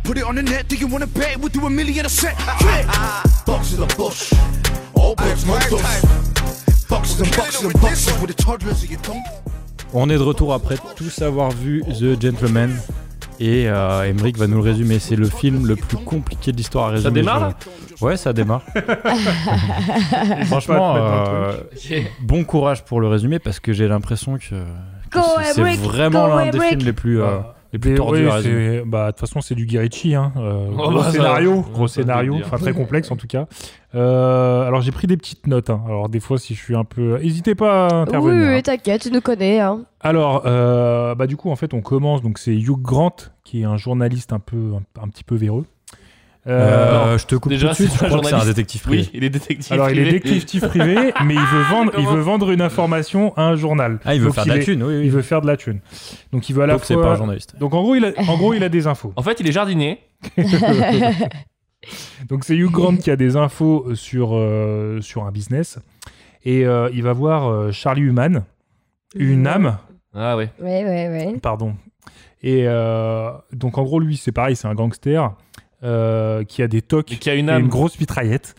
Speaker 6: Put it on the net, think you wanna bet it would do a million a sec. Yeah. Boxes and bush, all books, no dust. Boxes and boxes and boxes with the toddlers who get dumped.
Speaker 12: On est de retour après tous avoir vu The Gentleman. Et euh, Emmerich va nous le résumer. C'est le film le plus compliqué de l'histoire à résumer.
Speaker 10: démarre, là
Speaker 12: je- Ouais, ça démarre. Franchement,
Speaker 9: Pas te mettre dans le
Speaker 12: euh, bon courage pour le résumer parce que j'ai l'impression que, que
Speaker 8: Go,
Speaker 12: c'est- c'est
Speaker 8: Emmerich,
Speaker 12: vraiment
Speaker 8: go,
Speaker 12: l'un des
Speaker 8: Emmerich.
Speaker 12: films les plus, euh, les plus
Speaker 9: Et
Speaker 12: tordus
Speaker 9: oui,
Speaker 12: à résumer.
Speaker 9: c'est- bah, de toute façon, c'est du Guy Ritchie, hein. Euh,
Speaker 10: Oh,
Speaker 9: gros
Speaker 10: bah, ça-
Speaker 9: scénario,
Speaker 10: ça
Speaker 9: gros
Speaker 10: veut
Speaker 9: scénario,
Speaker 10: dire.
Speaker 9: enfin très complexe en tout cas. Euh, alors, j'ai pris des petites notes. hein. Alors, des fois, si je suis un peu, hésitez pas à intervenir. hein.
Speaker 8: t'inquiète, tu nous connais. Hein.
Speaker 9: Alors, euh, bah du coup, en fait, on commence. Donc, c'est Hugh Grant qui est un journaliste un peu, un, un petit peu véreux. Euh,
Speaker 12: Euh, je te coupe tout
Speaker 10: déjà,
Speaker 12: de suite,
Speaker 10: c'est
Speaker 12: je
Speaker 10: un
Speaker 12: crois que c'est un
Speaker 10: journaliste.
Speaker 12: détective privé.
Speaker 10: il est détective.
Speaker 9: alors, il est détective privé, mais il veut vendre, il veut vendre une information à un journal.
Speaker 12: Ah, il veut
Speaker 9: Donc,
Speaker 12: faire de la
Speaker 9: est-
Speaker 12: thune, oui, oui.
Speaker 9: Il veut faire de la thune. Donc, il veut à la
Speaker 12: Donc c'est
Speaker 9: fois-
Speaker 12: pas un journaliste.
Speaker 9: Donc, en gros, il a, en gros, il a des infos.
Speaker 10: En fait, il est jardinier.
Speaker 9: Donc c'est Hugh Grant qui a des infos sur, euh, sur un business. Et euh, il va voir euh, Charlie Human, une âme,
Speaker 10: Ah ouais.
Speaker 8: Ouais, ouais, ouais.
Speaker 9: pardon. Et euh, donc en gros, lui, c'est pareil, c'est un gangster euh, qui a des tocs
Speaker 10: Et qui a une
Speaker 9: et
Speaker 10: âme.
Speaker 9: une grosse mitraillette.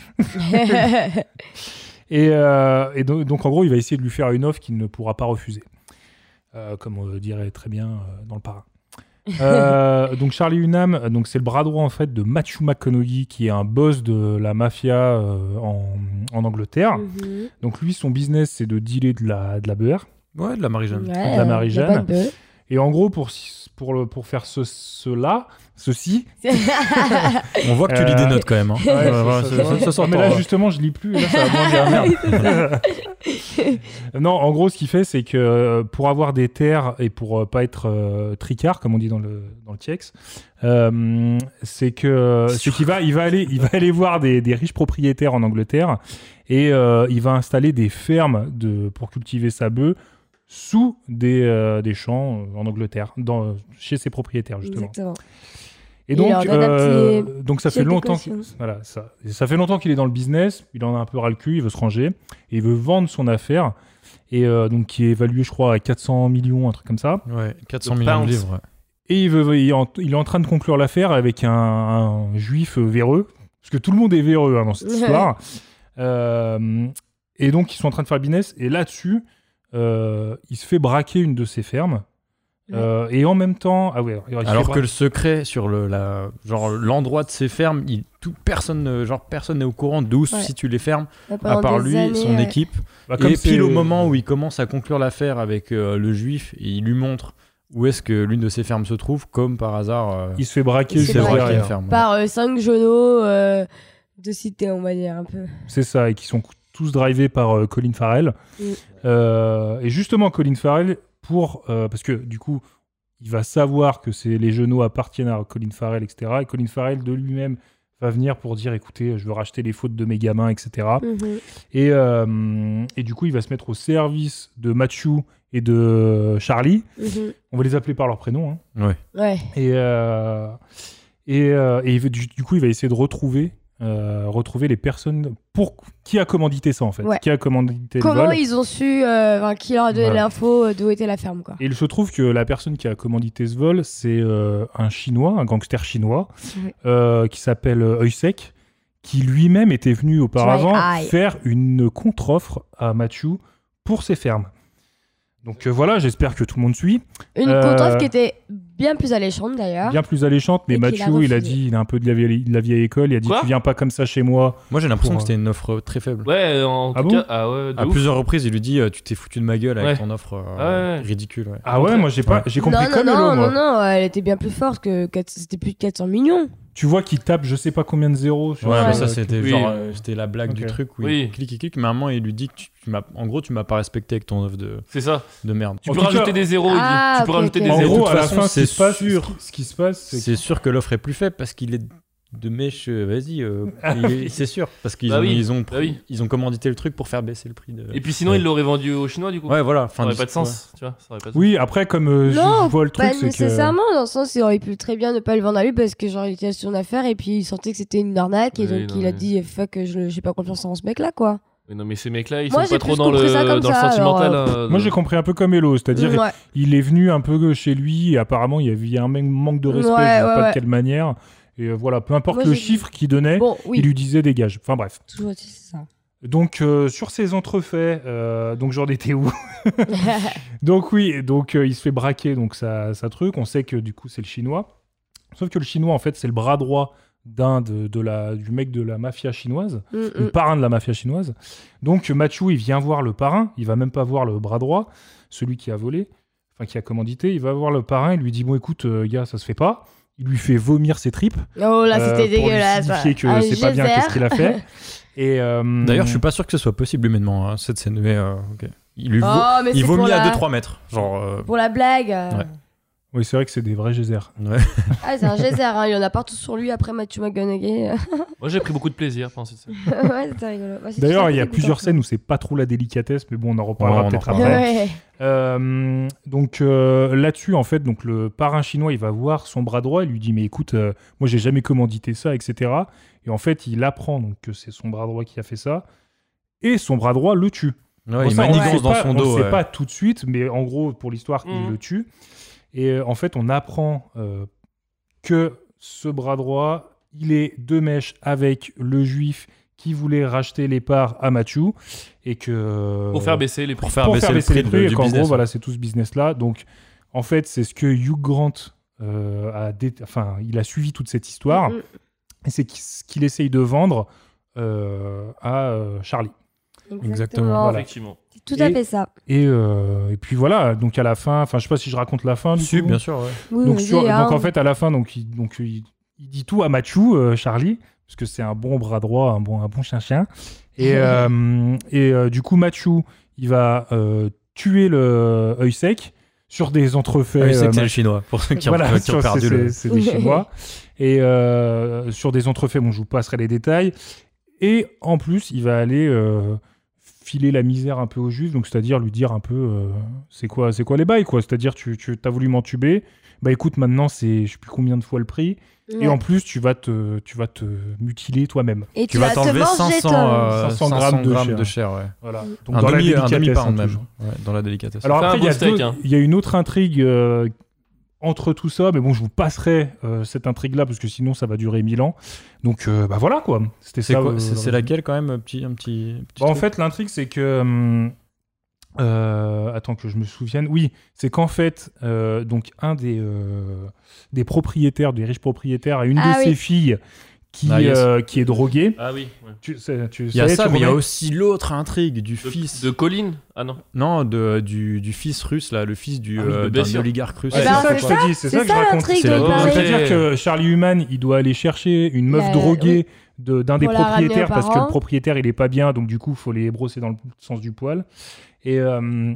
Speaker 9: Et, euh, et donc, donc, en gros, il va essayer de lui faire une offre qu'il ne pourra pas refuser. Euh, comme on le dirait très bien euh, dans le parrain. Euh, donc Charlie Hunnam, euh, donc c'est le bras droit en fait de Matthew McConaughey qui est un boss de la mafia euh, en, en Angleterre.
Speaker 8: Mhm.
Speaker 9: Donc lui, son business c'est de dealer de la, de la beurre.
Speaker 12: Ouais, de la Marie-Jeanne.
Speaker 8: Ouais,
Speaker 9: la
Speaker 8: euh,
Speaker 9: Marie-Jeanne.
Speaker 8: la bonne bœuf.
Speaker 9: Et en gros pour si- pour le- pour faire ce cela ceci.
Speaker 12: On voit que tu lis des
Speaker 9: Euh,
Speaker 12: notes quand même. hein.
Speaker 9: Ouais,
Speaker 12: ouais, ça-
Speaker 9: ça, ça,
Speaker 12: ça- ça s'entend,
Speaker 9: Ah, mais là
Speaker 12: ouais.
Speaker 9: justement je lis plus. et là, ça va moins bien. non, en gros, ce qu'il fait, c'est que euh, pour avoir des terres et pour euh, pas être euh, tricard, comme on dit dans le dans le TX, euh, c'est que euh, c'est qu'il va il va aller il va aller voir des, des riches propriétaires en Angleterre et euh, il va installer des fermes de pour cultiver sa bœuf sous des, euh, des champs euh, en Angleterre, dans, chez ses propriétaires justement.
Speaker 8: Exactement.
Speaker 9: Et
Speaker 8: Il
Speaker 9: donc,
Speaker 8: leur donne un
Speaker 9: euh,
Speaker 8: petit-
Speaker 9: donc ça
Speaker 8: petite
Speaker 9: fait longtemps,
Speaker 8: décoration.
Speaker 9: que- voilà, ça, Et ça fait longtemps qu'il est dans le business. Il en a un peu ras le cul. Il veut se ranger et il veut vendre son affaire. Et euh, donc qui est évalué, je crois, à 400 millions, un truc comme ça.
Speaker 12: Ouais, 400 millions de
Speaker 10: Pounds.
Speaker 12: livres. ouais.
Speaker 9: Et il, veut, il, est en, il est en train de conclure l'affaire avec un, un juif véreux, parce que tout le monde est véreux hein, dans cette
Speaker 8: Ouais.
Speaker 9: histoire. Euh, et donc ils sont en train de faire le business. Et là-dessus, euh, il se fait braquer une de ses fermes. Euh, et en même temps, ah ouais, il se fait
Speaker 12: Alors que
Speaker 9: braquer-
Speaker 12: le secret sur le la genre l'endroit de ces fermes, il, tout personne ne- genre personne n'est au courant d'où se
Speaker 8: Ouais.
Speaker 12: situent les fermes
Speaker 8: Ouais,
Speaker 12: à
Speaker 8: pendant
Speaker 12: part
Speaker 8: des
Speaker 12: lui,
Speaker 8: années, euh,
Speaker 12: son
Speaker 8: ouais.
Speaker 12: équipe.
Speaker 9: bah, comme
Speaker 12: et
Speaker 9: c'est-
Speaker 12: pile au moment où il commence à conclure l'affaire avec euh, le juif, et il lui montre où est-ce que l'une de ces fermes se trouve, comme par hasard. euh,
Speaker 9: il se fait braquer
Speaker 12: il
Speaker 8: se
Speaker 12: sait
Speaker 8: fait
Speaker 9: juste
Speaker 12: voir qu'il y a
Speaker 8: braquer.
Speaker 12: une ferme.
Speaker 9: derrière.
Speaker 8: Par 5 genoux euh, de cité, on va dire un peu.
Speaker 9: C'est ça, et qui sont tous drivés par euh, Colin Farrell.
Speaker 8: Oui.
Speaker 9: Euh, et justement, Colin Farrell, pour, euh, parce que du coup, il va savoir que c'est les genoux appartiennent à Colin Farrell, etc. Et Colin Farrell, de lui-même, va venir pour dire, écoutez, je veux racheter les fautes de mes gamins, etc.
Speaker 8: Mhm.
Speaker 9: Et, euh, et du coup, il va se mettre au service de Matthew et de Charlie.
Speaker 8: Mhm.
Speaker 9: On va les appeler par leur prénom. hein.
Speaker 12: Ouais.
Speaker 8: Ouais.
Speaker 9: Et, euh, et, euh, et il veut- du, du coup, il va essayer de retrouver euh, retrouver les personnes pour qui a commandité ça en fait,
Speaker 8: Ouais.
Speaker 9: qui a commandité le
Speaker 8: Comment
Speaker 9: vol.
Speaker 8: ils ont su, euh, enfin, qui leur a donné
Speaker 9: Voilà.
Speaker 8: l'info euh, d'où était la ferme, quoi.
Speaker 9: Et il se trouve que la personne qui a commandité ce vol, c'est euh, un chinois, un gangster chinois,
Speaker 8: Ouais.
Speaker 9: euh, qui s'appelle Eusek, qui lui-même était venu auparavant
Speaker 13: Dry Eye.
Speaker 9: faire une contre-offre à Machu pour ses fermes. Donc euh, voilà, j'espère que tout le monde suit.
Speaker 8: Une
Speaker 9: Euh,
Speaker 8: contre-offre qui était bien plus alléchante d'ailleurs.
Speaker 9: bien plus alléchante, mais
Speaker 8: Ah. Et qu'il a
Speaker 9: Mathieu, il a
Speaker 8: refusé.
Speaker 9: dit, il est un peu de la vieille, de la vieille école, il a dit,
Speaker 8: Quoi
Speaker 9: tu viens pas comme ça chez moi.
Speaker 7: Moi, j'ai l'impression
Speaker 9: Pour,
Speaker 7: que c'était une
Speaker 12: euh,
Speaker 7: offre très faible.
Speaker 10: Ouais, en
Speaker 9: Ah
Speaker 10: tout
Speaker 9: bon
Speaker 10: cas, ah ouais, de
Speaker 7: À
Speaker 10: ouf.
Speaker 7: plusieurs reprises, il lui dit euh, Tu t'es foutu de ma gueule avec
Speaker 10: Ouais.
Speaker 7: ton offre euh,
Speaker 10: Ah ouais.
Speaker 7: ridicule. ouais.
Speaker 9: Ah ouais, moi j'ai pas, j'ai compris
Speaker 8: non,
Speaker 9: comme
Speaker 8: non,
Speaker 9: Hello,
Speaker 8: non,
Speaker 9: moi.
Speaker 8: non, non, elle était bien plus forte que 400 c'était plus de 400 millions.
Speaker 9: Tu vois qu'il tape, je sais pas combien de zéros. sur,
Speaker 7: Ouais, mais
Speaker 9: euh,
Speaker 7: ça, c'était
Speaker 9: quelque-
Speaker 7: genre, euh, c'était la blague du
Speaker 9: Ok.
Speaker 7: truc où il
Speaker 9: Oui.
Speaker 7: clique et clique, mais à un moment, il lui dit que tu, tu m'as, en gros, tu m'as pas respecté avec ton offre de,
Speaker 10: C'est ça.
Speaker 7: de merde.
Speaker 10: Tu peux rajouter des zéros, il dit.
Speaker 8: Ah,
Speaker 10: tu peux
Speaker 8: ok,
Speaker 10: rajouter
Speaker 8: ok.
Speaker 10: des
Speaker 9: En
Speaker 10: zéros.
Speaker 9: gros,
Speaker 7: toute
Speaker 9: à la
Speaker 7: façon,
Speaker 9: fin, ce
Speaker 7: c'est
Speaker 9: qui se passe-
Speaker 7: sûr.
Speaker 9: ce qui se passe, c'est
Speaker 7: C'est sûr que l'offre est plus faible parce qu'il est de mèche, euh, vas-y, euh, il- c'est sûr. Parce qu'ils
Speaker 10: Bah
Speaker 7: ont,
Speaker 10: oui,
Speaker 7: ils ont,
Speaker 10: bah oui.
Speaker 7: ils ont commandité le truc pour faire baisser le prix. De...
Speaker 10: Et puis sinon,
Speaker 7: Ouais.
Speaker 10: il l'aurait vendu aux Chinois du coup.
Speaker 7: Ouais, voilà,
Speaker 10: Ça
Speaker 7: fin
Speaker 10: aurait
Speaker 7: du-
Speaker 10: pas de sens, tu vois. Ça aurait pas de sens.
Speaker 9: Oui, après, comme euh, je- je vois le truc,
Speaker 8: pas
Speaker 9: c'est que-
Speaker 8: nécessairement, dans le sens, il aurait pu très bien ne pas le vendre à lui parce que genre il était sur une affaire et puis il sentait que c'était une arnaque et
Speaker 10: Oui,
Speaker 8: donc
Speaker 10: non,
Speaker 8: il a
Speaker 10: mais-
Speaker 8: dit fuck, je j'ai pas confiance en ce mec là quoi.
Speaker 10: Mais non, mais ces mecs-là, ils
Speaker 8: Moi,
Speaker 10: sont
Speaker 8: j'ai
Speaker 10: pas trop
Speaker 8: plus
Speaker 10: dans le,
Speaker 8: compris ça comme
Speaker 10: dans le
Speaker 8: ça,
Speaker 10: sentimental.
Speaker 8: alors,
Speaker 10: hein,
Speaker 9: Moi,
Speaker 10: de-
Speaker 9: j'ai compris un peu comme Hello, c'est-à-dire
Speaker 8: Mm, Ouais.
Speaker 9: il est venu un peu chez lui et apparemment il y avait un même manque de respect,
Speaker 8: Ouais,
Speaker 9: je vois
Speaker 8: ouais,
Speaker 9: pas
Speaker 8: ouais.
Speaker 9: de quelle manière. Et euh, voilà, peu importe
Speaker 8: Moi,
Speaker 9: le
Speaker 8: j'ai-
Speaker 9: chiffre qu'il donnait,
Speaker 8: Bon, oui.
Speaker 9: il lui disait dégage. Enfin bref.
Speaker 8: Toujours dit c'est ça.
Speaker 9: Donc euh, sur ces entrefaits, euh, donc j'en étais où Mm, Donc oui, donc euh, il se fait braquer donc ça, ça truc. On sait que du coup c'est le chinois. Sauf que le chinois en fait c'est le bras droit d'un de, de la du mec de la mafia chinoise,
Speaker 8: Mm,
Speaker 9: le
Speaker 8: mm.
Speaker 9: parrain de la mafia chinoise. Donc Machu il vient voir le parrain, il va même pas voir le bras droit, celui qui a volé, enfin qui a commandité. Il va voir le parrain, il lui dit bon écoute euh, gars ça se fait pas. Il lui fait vomir ses tripes.
Speaker 8: Oh là, c'était
Speaker 9: Euh, pour lui
Speaker 8: dégueulasse,
Speaker 9: signifier
Speaker 8: ouais.
Speaker 9: que
Speaker 8: Un
Speaker 9: c'est pas bien
Speaker 8: geyser.
Speaker 9: qu'est-ce qu'il a fait. Et euh,
Speaker 7: D'ailleurs, je suis pas sûr que ce soit possible humainement, hein, cette scène. Mais, euh, ok. Il, lui
Speaker 8: Oh,
Speaker 7: vaut-
Speaker 8: mais
Speaker 7: il
Speaker 8: c'est
Speaker 7: vomit
Speaker 8: pour
Speaker 7: à
Speaker 8: la-
Speaker 7: 2-3 mètres. Genre. euh,
Speaker 8: Pour la blague. euh,
Speaker 7: ouais.
Speaker 9: Oui, c'est vrai que c'est des vrais geysers.
Speaker 8: Ah, c'est un geyser, hein, il y en a partout sur lui après Matthew McConaughey. euh.
Speaker 10: Moi, j'ai pris beaucoup de plaisir pendant cette scène.
Speaker 8: ouais, c'était rigolo. Ouais, c'est tout
Speaker 9: D'ailleurs,
Speaker 8: ça,
Speaker 9: il y a
Speaker 8: c'est
Speaker 9: plusieurs
Speaker 8: dégoûtant.
Speaker 9: scènes où c'est pas trop la délicatesse, mais bon, on en reparlera
Speaker 7: Ouais, on en
Speaker 9: peut-être
Speaker 7: reparlera.
Speaker 9: après.
Speaker 8: Ouais.
Speaker 9: Euh, donc euh, là-dessus, en fait, donc le parrain chinois, il va voir son bras droit, il lui dit mais écoute, euh, moi j'ai jamais commandité ça, etc. Et en fait, il apprend donc que c'est son bras droit qui a fait ça, et son bras droit le tue.
Speaker 7: Ouais,
Speaker 9: Bon,
Speaker 7: il
Speaker 9: ça, on
Speaker 7: manigance
Speaker 9: sait
Speaker 7: dans
Speaker 9: pas-
Speaker 7: son
Speaker 9: on
Speaker 7: dos.
Speaker 9: sait
Speaker 7: ouais.
Speaker 9: pas tout de suite, mais en gros, pour l'histoire, il le tue. Et euh, en fait, on apprend euh, que ce bras droit, il est de mèche avec le juif qui voulait racheter les parts à Machu et que euh,
Speaker 10: Pour faire baisser les prix.
Speaker 7: Pour faire
Speaker 9: pour
Speaker 7: baisser
Speaker 9: faire
Speaker 7: le
Speaker 9: baisser
Speaker 7: prix
Speaker 9: les
Speaker 7: de-
Speaker 9: prix. et
Speaker 7: du
Speaker 9: qu'en
Speaker 7: business.
Speaker 9: gros, voilà, c'est tout ce business-là. Donc, en fait, c'est ce que Hugh Grant euh, a, dé- enfin, il a suivi toute cette histoire.
Speaker 8: Mm, mm.
Speaker 9: Et c'est qui- ce qu'il essaye de vendre euh, à euh, Charlie.
Speaker 8: Exactement.
Speaker 9: Voilà.
Speaker 10: Effectivement.
Speaker 8: C'est tout à
Speaker 9: Et-
Speaker 8: fait ça.
Speaker 9: Et, euh, et puis voilà, donc à la fin, enfin, je sais pas si je raconte la fin. Du
Speaker 7: Si,
Speaker 9: coup.
Speaker 7: bien sûr, ouais.
Speaker 8: Oui,
Speaker 9: donc,
Speaker 8: vas-y,
Speaker 9: sur- donc,
Speaker 8: hein.
Speaker 9: en fait, à la fin, donc, il, donc, il, il dit tout à Mathieu, euh, Charlie, parce que c'est un bon bras droit, un bon, un bon chien-chien. Et, euh, et euh, du coup, Mathieu, il va euh, tuer le œil sec sur des entrefaits.
Speaker 7: Ah oui, c'est
Speaker 9: euh,
Speaker 7: que c'est le
Speaker 9: mach-
Speaker 7: chinois, pour ceux qui ont,
Speaker 9: Voilà,
Speaker 7: qui ont
Speaker 9: sur-
Speaker 7: perdu
Speaker 9: c'est-
Speaker 7: le.
Speaker 9: C'est c'est des Chinois. Et euh, sur des entrefaits, bon, je vous passerai les détails. Et en plus, il va aller euh, filer la misère un peu aux Juifs, donc c'est-à-dire lui dire un peu euh, c'est quoi, c'est quoi les bails, quoi. C'est-à-dire tu, tu as voulu m'entuber, bah écoute, maintenant c'est je sais plus combien de fois le prix. Et
Speaker 8: Ouais.
Speaker 9: en plus, tu vas te, tu vas te mutiler toi-même.
Speaker 8: Et
Speaker 7: Tu vas t'enlever 500, euh,
Speaker 9: 500
Speaker 7: 500
Speaker 9: grammes de
Speaker 7: grammes
Speaker 9: chair.
Speaker 7: de chair. ouais.
Speaker 9: Voilà.
Speaker 7: un
Speaker 9: dans la
Speaker 7: demi, un
Speaker 9: délicatesse,
Speaker 7: demi
Speaker 9: hein,
Speaker 7: pound même.
Speaker 9: toujours.
Speaker 7: Ouais, dans la délicatesse.
Speaker 9: Alors
Speaker 10: Fais un
Speaker 9: après, il
Speaker 10: beau
Speaker 9: y, a
Speaker 10: steak,
Speaker 9: deux-
Speaker 10: hein.
Speaker 9: il y a une autre intrigue euh, entre tout ça, mais bon, je vous passerai euh, cette intrigue-là parce que sinon ça va durer mille ans. Donc euh, bah voilà quoi. C'était
Speaker 7: c'est
Speaker 9: ça.
Speaker 7: quoi-
Speaker 9: euh,
Speaker 7: c'est- c'est
Speaker 9: le résumé.
Speaker 7: laquelle quand même, un petit, un petit, petit
Speaker 9: Bah, en
Speaker 7: truc
Speaker 9: fait, l'intrigue c'est que hum, euh, attends que je me souvienne. Oui, c'est qu'en fait, euh, donc un des euh, des propriétaires, des riches propriétaires, a une
Speaker 8: Ah
Speaker 9: de
Speaker 8: oui.
Speaker 9: ses filles qui
Speaker 7: Ah, yes.
Speaker 9: euh, qui est droguée.
Speaker 10: Ah oui. ouais.
Speaker 9: Tu, sais- tu
Speaker 7: Il y a
Speaker 9: sais,
Speaker 7: ça,
Speaker 9: tu
Speaker 7: mais il y a
Speaker 9: connais
Speaker 7: aussi l'autre intrigue du
Speaker 10: De,
Speaker 7: fils.
Speaker 10: de Colin Ah non.
Speaker 7: Non, de, du, du fils russe, là, le fils du
Speaker 10: Ah oui, de
Speaker 7: euh, d'un
Speaker 10: Bessier.
Speaker 7: oligarque russe.
Speaker 8: Eh ben, c'est
Speaker 9: je te dis, Bah, c'est ça que je raconte.
Speaker 8: l'intrigue
Speaker 7: C'est la-
Speaker 8: dont il parlait.
Speaker 10: Ok.
Speaker 9: C'est-à-dire que Charlie Human, il doit aller chercher une meuf
Speaker 8: La-
Speaker 9: droguée de- d'un des
Speaker 8: Bah, Pour la ramener aux
Speaker 9: propriétaires parce que
Speaker 8: parents.
Speaker 9: le propriétaire, il est pas bien, donc du coup, faut les brosser dans le sens du poil. Et euh,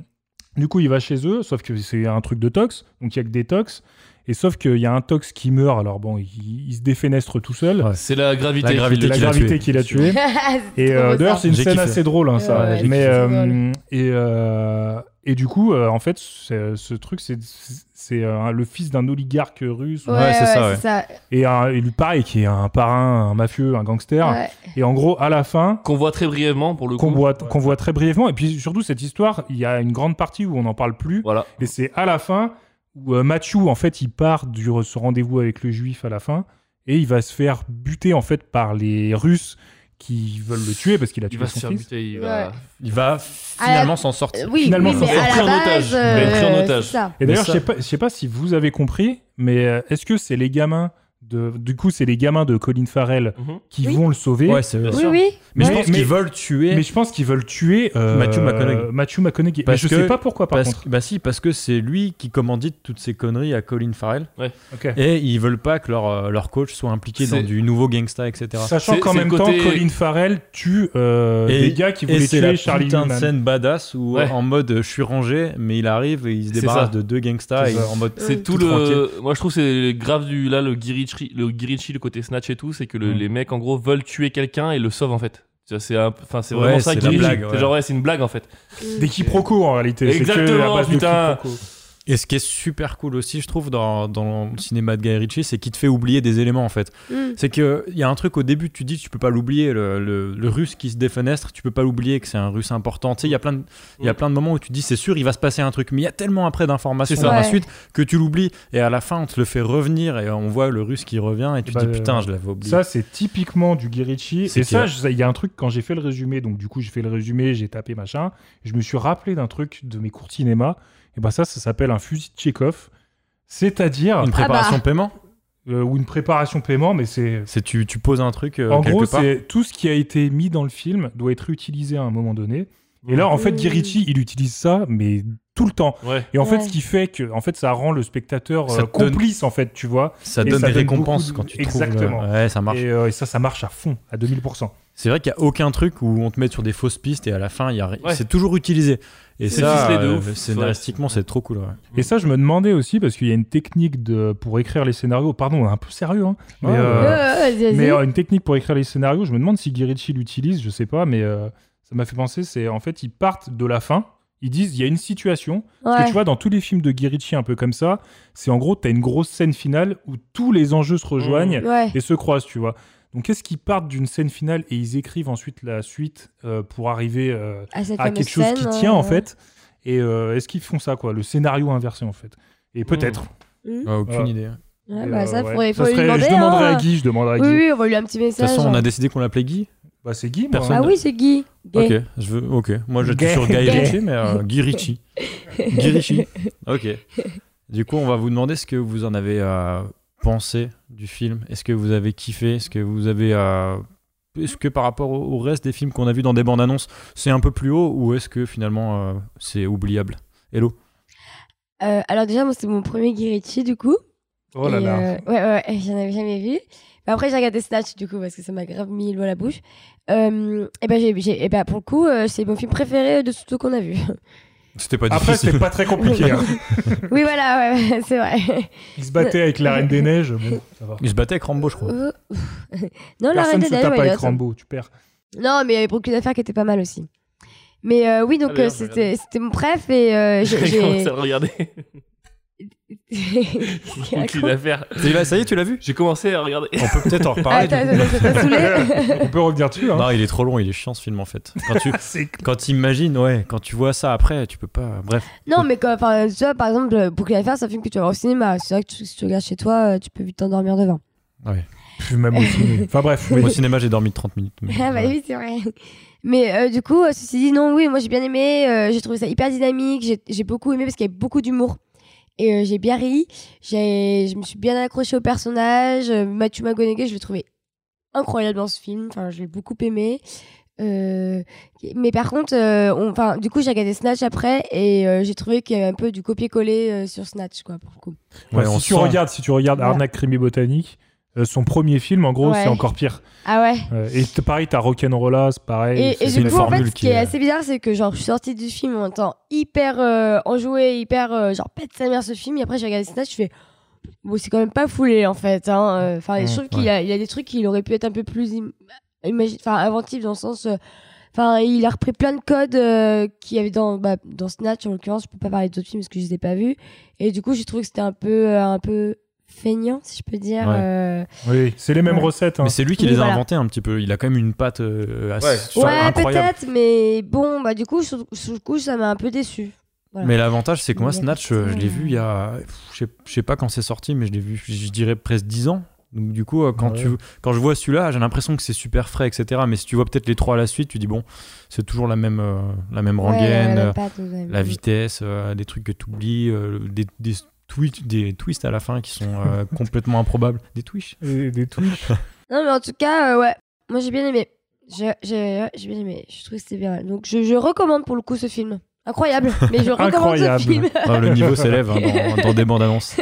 Speaker 9: du coup, il va chez eux, sauf que c'est un truc de tox, donc il y a que des tox. Et sauf qu'il y a un tox qui meurt, alors bon, il, il se défénestre tout seul.
Speaker 7: Ouais.
Speaker 10: C'est la gravité.
Speaker 7: La gravité.
Speaker 9: C'est la
Speaker 7: qui l'a
Speaker 9: gravité
Speaker 7: tué.
Speaker 9: qui l'a tué.
Speaker 8: C'est
Speaker 9: Et
Speaker 8: trop
Speaker 9: euh,
Speaker 8: beau,
Speaker 9: d'ailleurs,
Speaker 8: ça.
Speaker 9: c'est une
Speaker 7: J'ai
Speaker 9: scène
Speaker 7: kiffé.
Speaker 9: assez drôle, hein, ça.
Speaker 8: Ouais, ouais,
Speaker 9: mais
Speaker 8: j'ai kiffé.
Speaker 9: euh, et euh, Et du coup, euh, en fait, c'est- ce truc, c'est c'est, euh, le fils d'un oligarque russe.
Speaker 13: Ouais, Ouais, c'est ouais, ça, ouais. c'est ça.
Speaker 9: Et, un, et lui, pareil, qui est un parrain, un mafieux, un gangster.
Speaker 13: Ouais.
Speaker 9: Et en gros, à la fin,
Speaker 10: Qu'on voit très brièvement pour le coup.
Speaker 9: qu'on voit, qu'on voit très brièvement. Et puis surtout, cette histoire, il y a une grande partie où on n'en parle plus.
Speaker 10: Voilà.
Speaker 9: Et c'est à la fin où euh, Matthew, en fait, il part du re- ce rendez-vous avec le juif à la fin. Et il va se faire buter, en fait, par les Russes qui veulent le tuer parce qu'il a
Speaker 10: Il
Speaker 9: tué
Speaker 10: va se
Speaker 9: son
Speaker 10: faire
Speaker 9: fils.
Speaker 10: buter, il
Speaker 13: va- Ouais.
Speaker 7: Il va finalement s'en sortir.
Speaker 13: oui,
Speaker 9: Finalement,
Speaker 13: oui,
Speaker 9: s'en
Speaker 13: mais
Speaker 9: sortir.
Speaker 13: à la base, euh, c'est ça.
Speaker 9: Et d'ailleurs,
Speaker 10: Mais ça-
Speaker 9: je sais pas, je sais pas si vous avez compris, mais euh, est-ce que c'est les gamins de, du coup, c'est les gamins de Colin Farrell
Speaker 10: Mhm.
Speaker 9: qui
Speaker 13: Oui.
Speaker 9: vont le sauver
Speaker 7: Ouais, c'est vrai.
Speaker 13: Oui, oui.
Speaker 7: Mais je
Speaker 9: Ouais.
Speaker 7: pense
Speaker 9: Mais-
Speaker 7: qu'ils veulent tuer.
Speaker 9: Mais je pense qu'ils veulent tuer euh,
Speaker 7: Matthew McConaughey.
Speaker 9: Matthew McConaughey. Mais
Speaker 7: Parce
Speaker 9: je
Speaker 7: que-
Speaker 9: sais pas pourquoi, par
Speaker 7: parce-
Speaker 9: contre.
Speaker 7: Bah si, parce que c'est lui qui commandite toutes ces conneries à Colin Farrell.
Speaker 10: Ouais.
Speaker 9: Ok.
Speaker 7: Et ils veulent pas que leur, euh, leur coach soit impliqué
Speaker 10: C'est-
Speaker 7: dans du nouveau gangsta, etc.
Speaker 9: Sachant
Speaker 10: C'est-
Speaker 9: qu'en
Speaker 10: c'est
Speaker 9: même
Speaker 10: le
Speaker 9: temps,
Speaker 10: côté-
Speaker 9: Colin Farrell tue euh, des gars qui
Speaker 7: et
Speaker 9: voulaient
Speaker 7: c'est
Speaker 9: tuer
Speaker 7: la
Speaker 9: Charlie
Speaker 7: putain de
Speaker 9: Hunnam.
Speaker 7: scène badass où
Speaker 10: Ouais.
Speaker 7: en mode euh, je suis rangé, mais il arrive et il se
Speaker 10: C'est
Speaker 7: débarrasse
Speaker 10: ça.
Speaker 7: de deux gangsters
Speaker 9: C'est
Speaker 7: et
Speaker 9: ça.
Speaker 7: en mode
Speaker 10: C'est tout
Speaker 7: tranquille.
Speaker 10: le. Moi, je trouve que c'est grave du. Là, le Guirichi, le, Guirichi, le côté snatch et tout, c'est que le-
Speaker 7: Mm.
Speaker 10: les mecs, en gros, veulent tuer quelqu'un et le sauvent, en fait. Ça, C'est un- enfin, c'est
Speaker 7: Ouais,
Speaker 10: vraiment ça,
Speaker 7: c'est la
Speaker 10: Guirichi.
Speaker 7: blague,
Speaker 10: C'est
Speaker 7: ouais.
Speaker 10: genre, ouais, c'est une blague, en fait.
Speaker 9: Des quiproquos, en réalité. C'est que
Speaker 10: Exactement,
Speaker 9: la base de
Speaker 10: putain.
Speaker 9: quiproquos.
Speaker 7: Et ce qui est super cool aussi, je trouve, dans, dans le cinéma de Guy Ritchie, c'est qu'il te fait oublier des éléments en fait.
Speaker 13: Mm.
Speaker 7: C'est qu'il y a un truc au début, tu dis, tu peux pas l'oublier, le, le- le russe qui se défenestre, tu peux pas l'oublier que c'est un russe important. Tu sais, il y a plein de- il y a
Speaker 10: Mm.
Speaker 7: plein de moments où tu dis, c'est sûr, il va se passer un truc, mais il y a tellement après d'informations
Speaker 10: C'est
Speaker 7: dans
Speaker 10: ça.
Speaker 7: la
Speaker 13: Ouais.
Speaker 7: suite que tu l'oublies. Et à la fin, on te le fait revenir et on voit le russe qui revient et tu
Speaker 9: Bah,
Speaker 7: dis,
Speaker 9: euh,
Speaker 7: putain, je l'avais oublié.
Speaker 9: Ça, c'est typiquement du Guirichi. Et euh,
Speaker 7: C'est
Speaker 9: ça,
Speaker 7: clair.
Speaker 9: je- il y a un truc, quand j'ai fait le résumé, donc du coup, j'ai fait le résumé, j'ai tapé machin, je me suis rappelé d'un truc de mes cours de cinéma. Et ben ça, ça s'appelle un fusil de Tchekhov. C'est-à-dire,
Speaker 7: Une préparation
Speaker 13: Ah
Speaker 7: paiement
Speaker 9: euh, ou une préparation paiement, mais c'est.
Speaker 7: C'est tu, tu poses un truc euh,
Speaker 9: en
Speaker 7: quelque
Speaker 9: gros,
Speaker 7: part.
Speaker 9: c'est tout ce qui a été mis dans le film doit être utilisé à un moment donné. Et là, en fait,
Speaker 13: Mmh.
Speaker 9: Guirichi, il utilise ça, mais tout le temps.
Speaker 10: Ouais.
Speaker 9: Et en fait,
Speaker 13: Ouais.
Speaker 9: ce qui fait que, en fait, ça rend le spectateur
Speaker 7: Ça
Speaker 9: euh,
Speaker 7: te donne-
Speaker 9: complice, en fait, tu vois.
Speaker 7: Ça
Speaker 9: et
Speaker 7: donne
Speaker 9: ça
Speaker 7: des
Speaker 9: donne
Speaker 7: récompenses
Speaker 9: beaucoup de-
Speaker 7: quand tu
Speaker 9: Exactement.
Speaker 7: trouves. le- Ouais, ça marche.
Speaker 9: Et, euh, et ça, ça marche à fond, à 2000%.
Speaker 7: C'est vrai qu'il n'y a aucun truc où on te met sur des fausses pistes et à la fin, il y a...
Speaker 10: Ouais.
Speaker 7: c'est toujours utilisé. Et
Speaker 10: C'est
Speaker 7: ça,
Speaker 10: ficelé de
Speaker 7: euh,
Speaker 10: ouf.
Speaker 7: scénaristiquement, c'est trop cool. ouais.
Speaker 9: Et ça, je me demandais aussi, parce qu'il y a une technique de, pour écrire les scénarios, pardon, on est un peu sérieux, hein, mais,
Speaker 7: Ouais,
Speaker 9: euh,
Speaker 13: Ouais, ouais, vas-y, vas-y.
Speaker 9: mais, euh, une technique pour écrire les scénarios, je me demande si Guirichi l'utilise, je sais pas, mais euh, ça m'a fait penser, c'est en fait, ils partent de la fin, ils disent, il y a une situation, parce que tu
Speaker 13: Ouais.
Speaker 9: vois, dans tous les films de Guirichi un peu comme ça, c'est en gros, t'as une grosse scène finale où tous les enjeux se rejoignent
Speaker 13: Mmh. Ouais.
Speaker 9: et se croisent, tu vois. Donc, est-ce qu'ils partent d'une scène finale et ils écrivent ensuite la suite euh, pour arriver... euh,
Speaker 8: À, cette
Speaker 9: à
Speaker 8: fameuse
Speaker 9: quelque chose qui
Speaker 8: scène,
Speaker 9: tient
Speaker 8: euh,
Speaker 9: en fait. Et euh, est-ce qu'ils font ça quoi, le scénario inversé en fait Et peut-être.
Speaker 7: Ouais, aucune
Speaker 9: Voilà.
Speaker 7: idée. De
Speaker 8: Hmm. ouais,
Speaker 9: Et,
Speaker 8: bah,
Speaker 9: euh,
Speaker 8: ça,
Speaker 9: ouais.
Speaker 8: faudrait-
Speaker 9: Ça
Speaker 8: faudrait
Speaker 9: serait-
Speaker 8: lui demander.
Speaker 9: Je demanderai
Speaker 8: hein.
Speaker 9: à Guy, je demanderai à Guy.
Speaker 8: Oui, oui, on va lui un petit
Speaker 7: toute
Speaker 8: message. hein.
Speaker 7: façon, on a décidé qu'on l'appelait Guy.
Speaker 9: Bah c'est Guy. moi.
Speaker 7: Personne
Speaker 8: Ah oui, c'est Guy. Gay.
Speaker 7: Ok, je veux... ok. Moi, j'étais
Speaker 9: Gay.
Speaker 7: sur Guy
Speaker 9: Gay.
Speaker 7: Ritchie, mais euh, Guy Ritchie. Guy Ritchie. Ok. Du coup, on va vous demander ce que vous en avez euh, pensé du film. Est-ce que vous avez kiffé Est-ce que vous avez. euh, Est-ce que par rapport au au reste des films qu'on a vus dans des bandes annonces, c'est un peu plus haut ou est-ce que finalement euh, c'est oubliable Hello
Speaker 8: Euh, alors déjà, moi, c'était mon premier Guirichi, du coup.
Speaker 9: Oh là
Speaker 8: Et,
Speaker 9: là.
Speaker 8: euh, ouais, ouais, ouais, j'en avais jamais vu. Mais après, j'ai regardé Snatch, du coup, parce que ça m'a grave mis l'eau à la bouche. Euh, et ben, j'ai, j'ai- et ben, pour le coup, euh, c'est mon film préféré de tout ce qu'on a vu.
Speaker 7: C'était pas
Speaker 9: Après c'était pas très compliqué. hein.
Speaker 8: oui, voilà, ouais, ouais, c'est vrai.
Speaker 9: Ils se battaient avec la Reine des Neiges. Bon, ça va.
Speaker 7: Il se battait avec Rambo, je crois.
Speaker 8: Euh, non, Oh, la
Speaker 9: Personne
Speaker 8: Reine
Speaker 9: ne
Speaker 8: des
Speaker 9: se
Speaker 8: Neiges,
Speaker 9: tape
Speaker 8: ouais,
Speaker 9: avec
Speaker 8: non, ça-
Speaker 9: Rambo, tu perds.
Speaker 8: Non, mais il y avait Brooklyn Affair qui était pas mal aussi. Mais euh, oui, donc
Speaker 10: Ah, d'ailleurs,
Speaker 8: euh,
Speaker 10: je
Speaker 8: c'était, c'était mon préf et euh, j'ai.
Speaker 10: J'ai
Speaker 8: j'ai-
Speaker 10: commencé à le regarder.
Speaker 8: Qu'est-ce qu'il
Speaker 10: Aucune
Speaker 8: raconte
Speaker 10: affaire.
Speaker 7: C'est- là, Ça y est, tu l'as vu
Speaker 10: J'ai commencé à regarder.
Speaker 7: On peut peut-être en
Speaker 9: Ah,
Speaker 7: reparler.
Speaker 8: Ah, Attends,
Speaker 7: du
Speaker 8: attends, attends, ça t'a saoulé
Speaker 9: On peut revenir dessus. hein.
Speaker 7: Non, il est trop long, il est chiant ce film en fait. Quand tu
Speaker 9: C'est-
Speaker 7: quand t'imagines, ouais, quand tu vois ça après, tu peux pas. Bref,
Speaker 8: Non, mais quand, enfin, tu vois, par exemple, euh, Brooklyn Affair, c'est un film que tu vas voir au cinéma. C'est vrai que tu- si tu regardes chez toi, euh, tu peux vite t'endormir devant.
Speaker 9: Pff, même au ciné. Enfin bref.
Speaker 7: au cinéma, j'ai dormi 30 minutes. mais
Speaker 8: Ah bah
Speaker 7: voilà.
Speaker 8: oui, c'est vrai. Mais euh, du coup, euh, ceci dit, non, oui, moi j'ai bien aimé, euh, j'ai trouvé ça hyper dynamique, j'ai j'ai beaucoup aimé parce qu'il y avait beaucoup d'humour. Et euh, j'ai bien ri, j'ai- je me suis bien accrochée au personnage. Euh, Matthew McConaughey, je l'ai trouvé incroyable dans ce film, enfin, je l'ai beaucoup aimé. Euh, mais par contre, euh, on- enfin, du coup, j'ai regardé Snatch après et euh, j'ai trouvé qu'il y avait un peu du copier-coller euh, sur Snatch, quoi, pour le coup.
Speaker 7: Ouais,
Speaker 9: Ouais,
Speaker 7: on
Speaker 9: si tu
Speaker 7: sent-
Speaker 9: regardes, si tu regardes
Speaker 8: Voilà.
Speaker 9: Arnaque Crime et Botanique, euh, son premier film en gros
Speaker 8: Ouais.
Speaker 9: c'est encore pire.
Speaker 8: Ah ouais
Speaker 9: Euh, et t- pareil, t'as Rock'n'Rolla, c'est pareil.
Speaker 8: Et, et
Speaker 7: c'est
Speaker 8: du
Speaker 7: une
Speaker 8: coup, en fait,
Speaker 7: formule
Speaker 8: ce qui
Speaker 7: qui
Speaker 8: est
Speaker 7: est-
Speaker 8: assez bizarre, c'est que genre, je suis sortie du film en étant hyper euh, enjouée, hyper euh, genre, pète sa mère ce film. Et après, j'ai regardé Snatch, je fais, bon, c'est quand même pas foulé en fait. hein. Euh, Enfin,
Speaker 9: Mm,
Speaker 8: je trouve qu'il y a, il y a des trucs qui aurait pu être un peu plus im- imagi- enfin inventifs dans le sens. euh, Enfin, il a repris plein de codes euh, qu'il y avait dans, bah, dans Snatch, en l'occurrence. Je peux pas parler d'autres films parce que je les ai pas vus. Et du coup, j'ai trouvé que c'était un peu, euh, un peu feignant, si je peux dire.
Speaker 7: Ouais.
Speaker 8: euh,
Speaker 9: Oui, c'est les mêmes
Speaker 8: voilà.
Speaker 9: recettes. hein.
Speaker 7: Mais c'est lui qui
Speaker 8: Oui,
Speaker 7: les a
Speaker 8: voilà.
Speaker 7: inventés un petit peu. Il a quand même une patte euh, assez
Speaker 10: Ouais.
Speaker 7: enfin,
Speaker 8: ouais,
Speaker 7: incroyable.
Speaker 8: peut-être, mais bon, bah du coup, sur, sur le coup, ça m'a un peu déçu. Voilà.
Speaker 7: Mais l'avantage, c'est que moi,
Speaker 8: Mais
Speaker 7: Snatch,
Speaker 8: effectivement,
Speaker 7: euh, je l'ai vu il y a. pff, Je sais- je sais pas quand c'est sorti, mais je l'ai vu, je- je dirais presque 10 ans. Donc, du coup, euh, quand,
Speaker 9: Ouais.
Speaker 7: tu, quand je vois celui-là, j'ai l'impression que c'est super frais, etc. Mais si tu vois peut-être les trois à la suite, tu dis, bon, c'est toujours la même, euh, la même
Speaker 8: Ouais,
Speaker 7: rengaine, euh,
Speaker 8: la même
Speaker 7: la,
Speaker 8: patte, ouais.
Speaker 7: vitesse, euh, des trucs que tu oublies, des, des, tweets- des twists à la fin qui sont euh, complètement improbables. Des twists
Speaker 9: Des, des Twitch.
Speaker 8: Non, mais en tout cas, euh, ouais, moi j'ai bien aimé. J'ai j'ai- ouais, j'ai bien aimé. Je trouve que c'était bien. Donc, je, je recommande pour le coup ce film. Incroyable, mais je recommande
Speaker 9: Incroyable.
Speaker 8: ce film.
Speaker 7: Ah, le niveau s'élève hein, dans, dans des bandes annonces.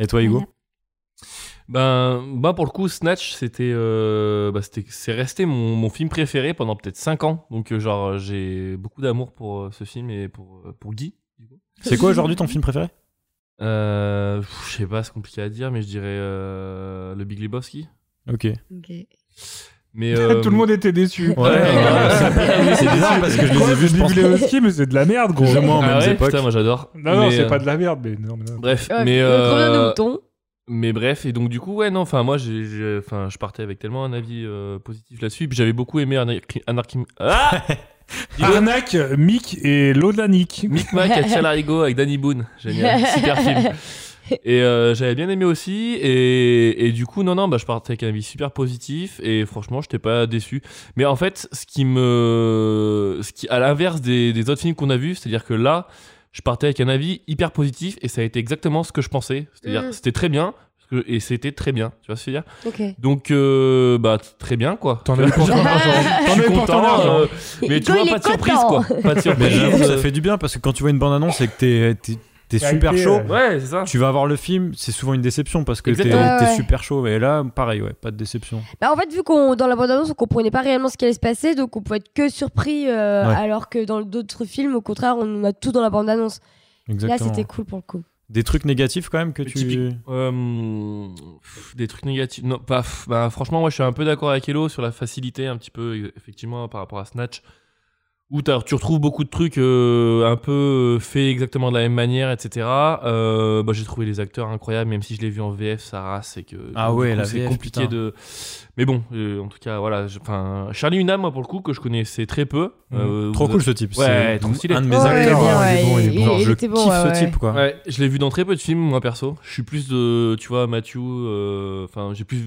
Speaker 7: Et toi, Hugo
Speaker 10: Ben, bah pour le coup, Snatch, c'était, euh, bah, c'était, c'est resté mon, mon film préféré pendant peut-être 5 ans. Donc, euh, genre, euh, j'ai beaucoup d'amour pour euh, ce film et pour, euh, pour Guy.
Speaker 7: C'est quoi aujourd'hui ton film préféré
Speaker 10: Euh, pff, je sais pas, c'est compliqué à dire, mais je dirais euh, le Big Lebowski.
Speaker 7: Ok.
Speaker 10: Mais, euh,
Speaker 9: Tout le monde était déçu.
Speaker 10: Ouais, ouais,
Speaker 7: c'est- c'est bizarre parce que je les ai
Speaker 9: Ouais,
Speaker 7: vus, je
Speaker 9: Big
Speaker 7: pense.
Speaker 9: Lebowski, mais c'est de la merde, gros.
Speaker 7: Plus ou moins aux
Speaker 10: Ah
Speaker 7: mêmes
Speaker 10: ouais,
Speaker 7: époques.
Speaker 10: putain, moi j'adore.
Speaker 9: Non, non,
Speaker 10: Mais,
Speaker 9: c'est
Speaker 10: euh,
Speaker 9: pas de la merde, mais non, mais non.
Speaker 10: Bref,
Speaker 8: Ouais,
Speaker 10: mais.
Speaker 8: le
Speaker 10: euh,
Speaker 8: grenade Ah, au thon.
Speaker 10: Mais bref, et donc du coup, ouais, non, enfin, moi, j'ai, j'ai- enfin, je partais avec tellement un avis euh, positif là-dessus, puis j'avais beaucoup aimé Anarchy. Anarchy- Ah Dis-le.
Speaker 9: Arnaque, Mick et Lodlanik.
Speaker 10: Mick Mac et Tchal Larigot avec Danny Boone. Génial, super film. Et euh, j'avais bien aimé aussi. Et, et du coup, non, non, bah, je partais avec un avis super positif. Et franchement, je n'étais pas déçu. Mais en fait, ce qui me. Ce qui, à l'inverse des, des autres films qu'on a vus, c'est-à-dire que là, je partais avec un avis hyper positif. Et ça a été exactement ce que je pensais. C'est-à-dire,
Speaker 8: Mm.
Speaker 10: que c'était très bien. parce que- Et c'était très bien. Tu vois ce que je veux dire
Speaker 8: Ok.
Speaker 10: Donc, euh, bah, t- très bien, quoi.
Speaker 9: T'en avais pour ton argent.
Speaker 10: Je
Speaker 9: T'en
Speaker 10: suis
Speaker 9: avais pour ton
Speaker 10: content.
Speaker 9: argent.
Speaker 10: euh, mais tu
Speaker 8: Hugo,
Speaker 10: vois,
Speaker 8: il
Speaker 10: pas
Speaker 8: est
Speaker 10: de surprise,
Speaker 8: content.
Speaker 10: quoi. Pas de
Speaker 7: Mais
Speaker 10: surprise.
Speaker 7: j'avoue,
Speaker 10: euh,
Speaker 7: ça fait du bien parce que quand tu vois une bande-annonce et que t'es- euh, t'es t'es
Speaker 9: T'es
Speaker 7: super
Speaker 9: hypé,
Speaker 7: chaud,
Speaker 9: ouais.
Speaker 10: Ouais, c'est ça.
Speaker 7: tu vas voir le film, c'est souvent une déception parce que t'es
Speaker 8: Exactement.
Speaker 7: t'es
Speaker 8: Ouais, ouais.
Speaker 7: super chaud. Et là, pareil, ouais, pas de déception.
Speaker 8: Bah, en fait, vu qu'on dans la bande-annonce, on comprenait pas réellement ce qui allait se passer, donc on pouvait être que surpris, euh,
Speaker 7: Ouais.
Speaker 8: alors que dans d'autres films, au contraire, on a tout dans la bande-annonce. Là,
Speaker 7: Exactement.
Speaker 8: c'était cool pour le coup.
Speaker 7: Des trucs négatifs quand même que tu.
Speaker 10: Typique- euh, pff, des trucs négatifs. Non, pas. pff, bah, franchement, moi, je suis un peu d'accord avec Hello sur la facilité, un petit peu, euh, effectivement, par rapport à Snatch, où t'as- tu retrouves beaucoup de trucs euh, un peu euh, faits exactement de la même manière, etc. Euh, bah, J'ai trouvé les acteurs incroyables, même si je l'ai vu en VF, Sarah, c'est que.
Speaker 7: Ah
Speaker 10: donc, du
Speaker 7: ouais,
Speaker 10: coup,
Speaker 7: la
Speaker 10: C'est
Speaker 7: VF,
Speaker 10: compliqué
Speaker 7: putain.
Speaker 10: de. Mais bon, euh, en tout cas, voilà. je- Enfin, Charlie Hunnam, moi, pour le coup, que je connaissais très peu. euh,
Speaker 7: Trop
Speaker 10: vous-
Speaker 7: cool ce type.
Speaker 10: Ouais,
Speaker 7: c'est
Speaker 10: trop stylé.
Speaker 7: Un de mes
Speaker 8: Ouais,
Speaker 7: acteurs.
Speaker 8: bien,
Speaker 7: euh,
Speaker 8: ouais,
Speaker 7: il est bon, il est
Speaker 8: il-
Speaker 7: bon. Genre,
Speaker 8: il
Speaker 7: je
Speaker 8: était
Speaker 7: kiffe
Speaker 8: bon, ouais,
Speaker 7: ce
Speaker 8: ouais.
Speaker 7: type quoi.
Speaker 10: Ouais, je l'ai vu dans très peu de films, moi perso. Je suis plus de, tu vois, Matthew. euh, Enfin, j'ai plus,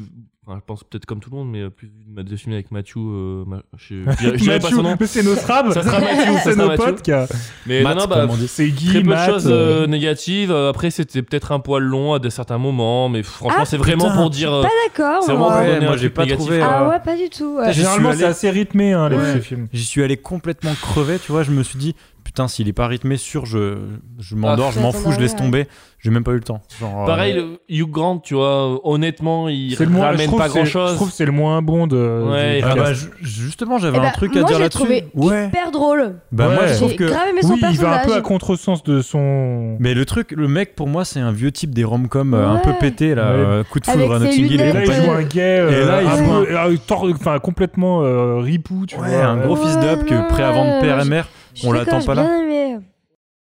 Speaker 10: enfin, je pense peut-être comme tout le monde, mais euh, plus vu de de films avec Matthew. euh, ma- je je- je dirais pas
Speaker 9: Mathieu,
Speaker 10: son nom.
Speaker 9: mais c'est nos strabes.
Speaker 10: Ça sera Mathieu, ça
Speaker 9: c'est
Speaker 10: sera
Speaker 9: nos
Speaker 10: Mathieu.
Speaker 9: potes, qui a-
Speaker 10: Mais
Speaker 7: Matt,
Speaker 10: non, non, bah,
Speaker 7: comme on dit.
Speaker 9: C'est Guy,
Speaker 10: très peu de
Speaker 9: Matt,
Speaker 10: choses
Speaker 9: euh,
Speaker 10: euh, négatives. Euh, Après, c'était peut-être un poil long à de certains moments, mais franchement,
Speaker 8: Ah,
Speaker 10: c'est vraiment
Speaker 7: putain.
Speaker 10: pour dire. euh,
Speaker 8: Pas d'accord,
Speaker 10: c'est
Speaker 8: moi.
Speaker 10: vraiment pour
Speaker 7: Ouais,
Speaker 10: donner
Speaker 7: moi,
Speaker 10: un
Speaker 7: j'ai
Speaker 10: truc
Speaker 7: pas
Speaker 10: négatif.
Speaker 7: trouvé,
Speaker 8: Ah
Speaker 7: euh,
Speaker 8: ouais, pas du tout. ouais.
Speaker 7: Putain, j'ai-
Speaker 9: Généralement,
Speaker 7: suis
Speaker 9: c'est
Speaker 7: allé-
Speaker 9: assez rythmé, hein, les
Speaker 7: Ouais.
Speaker 9: ces films.
Speaker 7: J'y suis allé complètement crevé, tu vois. Je me suis dit, putain, s'il est pas rythmé, sûr, je, je m'endors,
Speaker 10: Ah,
Speaker 7: je m'en fous, je laisse
Speaker 8: ouais.
Speaker 7: tomber. J'ai même pas eu le temps. Genre, euh,
Speaker 10: Pareil, le Hugh Grant, tu vois, euh, honnêtement, il
Speaker 9: C'est le moins, je
Speaker 10: ramène
Speaker 9: trouve,
Speaker 10: pas
Speaker 9: c'est-
Speaker 10: grand
Speaker 9: Je trouve
Speaker 10: chose.
Speaker 9: que c'est le moins bon de.
Speaker 10: Ouais,
Speaker 9: du
Speaker 7: Ah
Speaker 10: Parce-
Speaker 7: bah,
Speaker 9: cast.
Speaker 7: ju- justement, j'avais
Speaker 8: Eh ben,
Speaker 7: un truc à
Speaker 8: moi,
Speaker 7: dire
Speaker 8: je l'ai
Speaker 7: là-dessus.
Speaker 8: trouvé
Speaker 7: ouais.
Speaker 8: Hyper drôle.
Speaker 7: Bah moi,
Speaker 9: Ouais.
Speaker 7: je trouve
Speaker 8: J'ai
Speaker 7: que
Speaker 8: grave aimé son
Speaker 9: oui, il va un
Speaker 8: personnage.
Speaker 9: peu à contresens de son.
Speaker 7: mais le truc, le mec pour moi c'est un vieux type des rom-com euh, un peu
Speaker 8: Ouais.
Speaker 7: pété là,
Speaker 9: Ouais.
Speaker 7: euh, coup de
Speaker 8: Avec
Speaker 7: foudre à
Speaker 8: ses
Speaker 7: Notting Hill et
Speaker 9: Et là, il
Speaker 8: lunettes,
Speaker 7: compagnie.
Speaker 9: joue un gay, euh,
Speaker 7: Et là, il
Speaker 9: un
Speaker 7: joue
Speaker 9: peu- euh, tor- enfin, complètement euh, ripou, tu
Speaker 7: Ouais,
Speaker 9: vois. Euh,
Speaker 7: un gros
Speaker 8: Ouais,
Speaker 7: fils d'up
Speaker 8: ouais,
Speaker 7: que prêt à vendre
Speaker 8: ouais,
Speaker 7: père et
Speaker 8: je-
Speaker 7: mère.
Speaker 8: Je suis
Speaker 7: On l'attend pas
Speaker 8: d'accord, j'ai
Speaker 7: là.
Speaker 8: bien aimé.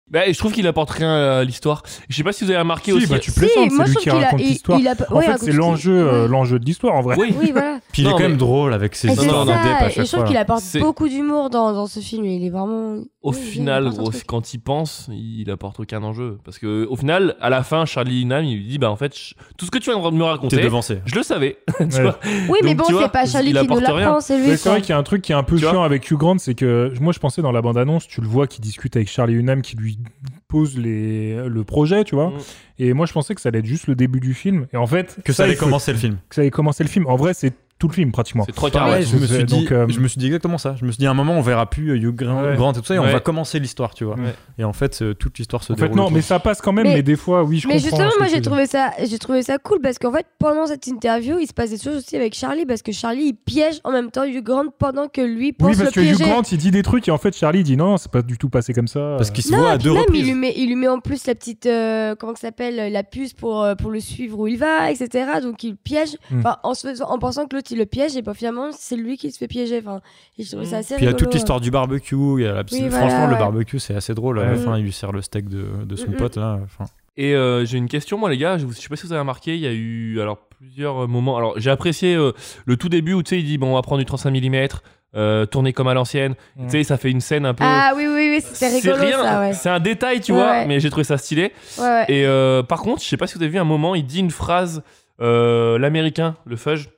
Speaker 10: Bah, et je trouve qu'il apporte rien à l'histoire. Je sais pas si vous avez remarqué
Speaker 9: Si,
Speaker 10: aussi.
Speaker 9: bah, tu
Speaker 8: Si,
Speaker 9: plaisantes,
Speaker 8: moi, je
Speaker 9: c'est lui
Speaker 8: trouve
Speaker 9: qui
Speaker 8: qu'il a-
Speaker 9: raconte
Speaker 8: il-
Speaker 9: l'histoire.
Speaker 8: il a-
Speaker 9: En
Speaker 8: ouais,
Speaker 9: fait,
Speaker 8: raconte
Speaker 9: c'est
Speaker 8: ce
Speaker 9: l'enjeu,
Speaker 8: qu'il-
Speaker 9: euh,
Speaker 8: ouais.
Speaker 9: l'enjeu de l'histoire en vrai.
Speaker 10: Oui.
Speaker 8: Oui, voilà.
Speaker 7: Puis il est
Speaker 10: Non,
Speaker 7: quand même
Speaker 10: mais-
Speaker 7: drôle avec ses
Speaker 8: Et
Speaker 10: Non,
Speaker 8: c'est
Speaker 10: non,
Speaker 7: histoires
Speaker 10: non,
Speaker 7: d'up
Speaker 8: ça,
Speaker 7: à
Speaker 8: et je
Speaker 7: chaque
Speaker 8: trouve
Speaker 7: fois.
Speaker 8: qu'il apporte
Speaker 10: C'est-
Speaker 8: beaucoup d'humour dans, dans ce film. Il est vraiment.
Speaker 10: Au
Speaker 8: Oui, il
Speaker 10: final,
Speaker 8: apporte un
Speaker 10: gros,
Speaker 8: truc.
Speaker 10: quand il pense, il apporte aucun enjeu. Parce que, au final, à la fin, Charlie Hunnam, il lui dit Bah, en fait, je- tout ce que tu viens de me
Speaker 7: T'es
Speaker 10: raconter,
Speaker 7: devancé.
Speaker 10: je le savais. Tu
Speaker 9: Ouais.
Speaker 10: vois
Speaker 8: Oui,
Speaker 10: Donc,
Speaker 8: mais bon,
Speaker 10: tu vois,
Speaker 8: c'est pas Charlie
Speaker 10: il
Speaker 8: qui nous
Speaker 10: apporte rien.
Speaker 8: l'apprend, c'est lui.
Speaker 9: Mais c'est vrai
Speaker 8: quoi.
Speaker 9: qu'il y a un truc qui est un peu
Speaker 10: Tu vois
Speaker 9: chiant avec Hugh Grant, c'est que moi je pensais dans la bande-annonce, tu le vois qui discute avec Charlie Hunnam, qui lui pose les, le projet, tu vois.
Speaker 10: Mm.
Speaker 9: Et moi je pensais que ça allait être juste le début du film. Et en fait,
Speaker 7: Que ça
Speaker 9: il
Speaker 7: allait
Speaker 9: faut-
Speaker 7: commencer le film.
Speaker 9: Que ça allait commencer le film. En vrai, c'est tout le film pratiquement.
Speaker 10: C'est trois quarts.
Speaker 7: Pareil,
Speaker 9: ouais,
Speaker 7: je me
Speaker 9: c'est-
Speaker 7: suis dit,
Speaker 9: donc, euh,
Speaker 7: je me suis dit exactement ça. Je me suis dit à un moment on verra plus euh, Hugh Grant,
Speaker 9: Ouais.
Speaker 7: Grant et tout ça et on
Speaker 10: Ouais.
Speaker 7: va commencer l'histoire, tu vois.
Speaker 9: Ouais.
Speaker 7: Et en fait, euh, toute l'histoire se
Speaker 9: En fait,
Speaker 7: déroule.
Speaker 9: non,
Speaker 7: autour.
Speaker 9: mais ça passe quand même,
Speaker 8: Mais-
Speaker 9: mais, des fois, oui, je
Speaker 8: Mais
Speaker 9: comprends. hein,
Speaker 8: justement,
Speaker 9: ce
Speaker 8: moi
Speaker 9: que
Speaker 8: j'ai
Speaker 9: tu
Speaker 8: trouvé ça, j'ai trouvé ça cool parce qu'en fait pendant cette interview, il se passe des choses aussi avec Charlie parce que Charlie il piège en même temps Hugh Grant pendant que lui pense
Speaker 9: Oui,
Speaker 8: le
Speaker 9: parce que
Speaker 8: piéger.
Speaker 9: Hugh Grant, il dit des trucs et en fait, Charlie dit non, c'est pas du tout passé comme ça.
Speaker 7: parce qu'il se
Speaker 8: non,
Speaker 7: voit
Speaker 8: et
Speaker 7: à
Speaker 8: puis
Speaker 7: deux
Speaker 8: même, il
Speaker 7: reprises.
Speaker 8: lui met, il lui met en plus la petite, euh, comment que ça s'appelle, la puce pour euh, pour le suivre où il va, etc. Donc il piège,
Speaker 9: Hmm.
Speaker 8: enfin, en, se faisant- en pensant que l'autre l'autre il le piège et bah, finalement c'est lui qui se fait piéger. Enfin, et je trouve ça assez
Speaker 7: Puis il y a
Speaker 8: rigolo,
Speaker 7: toute l'histoire du barbecue. il y a la-
Speaker 8: Oui,
Speaker 7: Franchement,
Speaker 8: voilà,
Speaker 7: le
Speaker 8: ouais.
Speaker 7: barbecue, c'est assez drôle. À la
Speaker 10: Ouais.
Speaker 7: fin, il lui sert le steak de, de son
Speaker 10: Mm, mm.
Speaker 7: pote, là. Enfin,
Speaker 10: Et euh, j'ai une question, moi, les gars. Je, vous- je sais pas si vous avez remarqué, il y a eu alors plusieurs euh, moments. Alors, j'ai apprécié euh, le tout début où tu sais, il dit bon, on va prendre du 35 mm, euh, tourner comme à l'ancienne. Tu sais, ça fait une scène un peu.
Speaker 8: Ah oui, oui, oui, c'était
Speaker 10: c'est
Speaker 8: rigolo
Speaker 10: rien,
Speaker 8: ça, ouais.
Speaker 10: c'est un détail, tu
Speaker 8: Ouais,
Speaker 10: vois,
Speaker 8: ouais.
Speaker 10: mais j'ai trouvé ça stylé.
Speaker 8: Ouais, ouais.
Speaker 10: Et euh, par contre, je sais pas si vous avez vu un moment, il dit une phrase, euh, l'américain, le fudge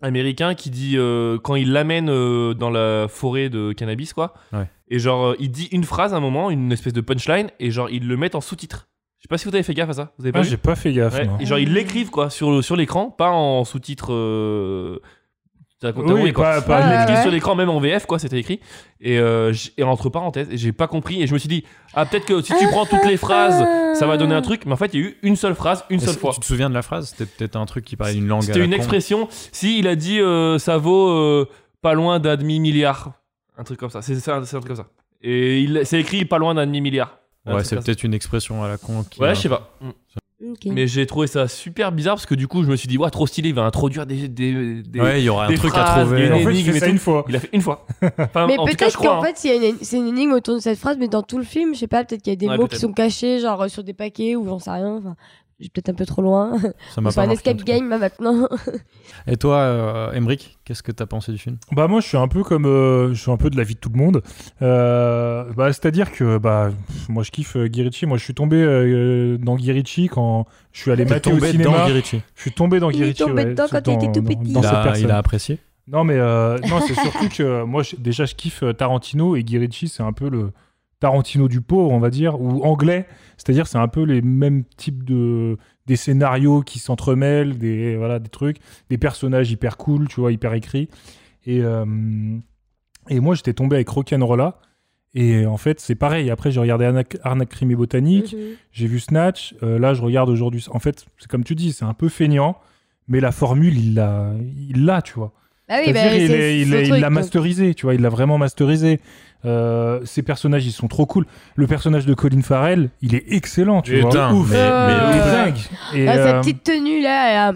Speaker 10: américain, qui dit euh, quand il l'amène euh, dans la forêt de cannabis, quoi.
Speaker 7: Ouais.
Speaker 10: Et genre, euh, il dit une phrase à un moment, une espèce de punchline, et genre, ils le mettent en sous-titre. Je sais pas si vous avez fait gaffe à ça. Vous avez pas
Speaker 9: Ah,
Speaker 10: vu
Speaker 9: j'ai pas fait gaffe,
Speaker 10: Ouais.
Speaker 9: non.
Speaker 10: Et genre, ils l'écrivent, quoi, sur, le- sur l'écran, pas en sous-titre. euh, t'as- t'as
Speaker 9: Oui,
Speaker 10: oublié, quoi.
Speaker 9: pas- pas-
Speaker 10: Ils
Speaker 9: Ouais,
Speaker 10: l'écrivent
Speaker 9: ouais.
Speaker 10: sur l'écran, même en VF, quoi, c'était écrit. Et, euh, j- et entre parenthèses, et j'ai pas compris, et je me suis dit, ah, peut-être que
Speaker 9: Euh,
Speaker 10: si tu prends toutes les phrases,
Speaker 8: Ah.
Speaker 10: ça va donner un truc, mais en fait, il y a eu une seule phrase, une
Speaker 7: Est-ce
Speaker 10: seule
Speaker 7: que
Speaker 10: fois.
Speaker 7: Tu te souviens de la phrase C'était peut-être un truc qui parlait d'une langue. à
Speaker 10: C'était
Speaker 7: la
Speaker 10: une
Speaker 7: con.
Speaker 10: expression. Si il a dit euh, ça vaut euh, pas loin d'un demi milliard, un truc comme ça. C'est c'est un, c'est un truc comme ça. Et il c'est écrit pas loin d'un demi milliard. Un
Speaker 7: Ouais,
Speaker 10: truc
Speaker 7: c'est
Speaker 10: comme ça.
Speaker 7: peut-être Mm. une expression à la con. qui
Speaker 10: Ouais,
Speaker 7: a-
Speaker 10: je sais pas.
Speaker 8: Ok.
Speaker 10: Mais j'ai trouvé ça super bizarre parce que du coup, je me suis dit, ouais, trop stylé, il va introduire des. des, des
Speaker 7: Ouais, il y aura un
Speaker 10: des
Speaker 7: truc à
Speaker 10: phrases,
Speaker 7: trouver.
Speaker 10: il y a
Speaker 7: En fait, il
Speaker 10: énigme
Speaker 7: fait
Speaker 10: et
Speaker 7: ça
Speaker 10: tout.
Speaker 7: une fois.
Speaker 10: Il a fait une fois. Enfin,
Speaker 8: mais
Speaker 10: en tout cas, je
Speaker 8: peut-être
Speaker 10: crois.
Speaker 8: qu'en
Speaker 10: hein.
Speaker 8: fait, il y a une, c'est une énigme autour de cette phrase, mais dans tout le film, je sais pas, peut-être qu'il y a des
Speaker 10: Ouais,
Speaker 8: mots qui
Speaker 10: peut-être.
Speaker 8: sont cachés, genre euh, sur des paquets ou j'en sais rien. Enfin, j'ai peut-être un peu trop loin.
Speaker 7: Ça m'a
Speaker 8: Ou sur
Speaker 7: pas
Speaker 8: un
Speaker 7: marqué, en
Speaker 8: escape
Speaker 7: tout
Speaker 8: game, là, maintenant.
Speaker 7: Et toi, euh, Emric, qu'est-ce que t'as pensé du film
Speaker 9: Bah moi je suis un peu comme euh, je suis un peu de la vie de tout le monde. Euh, bah c'est-à-dire que bah pff, moi je kiffe euh, Guirichi. Moi je suis tombé euh, dans Guirichi quand je suis allé
Speaker 7: T'es
Speaker 9: mater au
Speaker 7: tombé
Speaker 9: cinéma.
Speaker 7: dans Guirichi.
Speaker 9: Je suis tombé dans
Speaker 7: Il est
Speaker 9: Guirichi.
Speaker 7: tombé
Speaker 9: ouais,
Speaker 7: dedans quand il
Speaker 9: dans-
Speaker 7: était tout
Speaker 9: dans-
Speaker 7: petit.
Speaker 9: dans
Speaker 7: Il
Speaker 9: cette
Speaker 7: a-
Speaker 9: personne.
Speaker 7: il a apprécié
Speaker 9: Non mais euh, non c'est surtout que euh, moi je- déjà je kiffe euh, Tarantino et Guirichi c'est un peu le Tarantino du pauvre on va dire ou anglais. C'est-à-dire c'est un peu les mêmes types de des scénarios qui s'entremêlent des voilà des trucs des personnages hyper cool tu vois hyper écrits et euh, et moi, j'étais tombé avec Rock'n'Rolla. Et en fait, c'est pareil. Après, j'ai regardé Arnaque, Arnaque Crime et Botanique. J'ai vu Snatch. Euh, là, je regarde aujourd'hui. En fait, c'est comme tu dis, c'est un peu feignant. Mais la formule, il l'a, il l'a tu vois.
Speaker 8: Bah oui,
Speaker 9: C'est-à-dire,
Speaker 8: bah,
Speaker 9: il
Speaker 8: c'est
Speaker 9: est- il
Speaker 8: son
Speaker 9: est- il
Speaker 8: truc,
Speaker 9: l'a
Speaker 8: donc.
Speaker 9: masterisé, tu vois. Il l'a vraiment masterisé. Euh, ces personnages, ils sont trop cool. Le personnage de Colin Farrell, il est excellent, tu vois.
Speaker 7: Putain,
Speaker 9: Ouf.
Speaker 7: mais- mais-
Speaker 9: Il est
Speaker 7: Ouais.
Speaker 9: dingue. Et,
Speaker 8: Ah,
Speaker 9: euh,
Speaker 8: Cette petite tenue là, euh,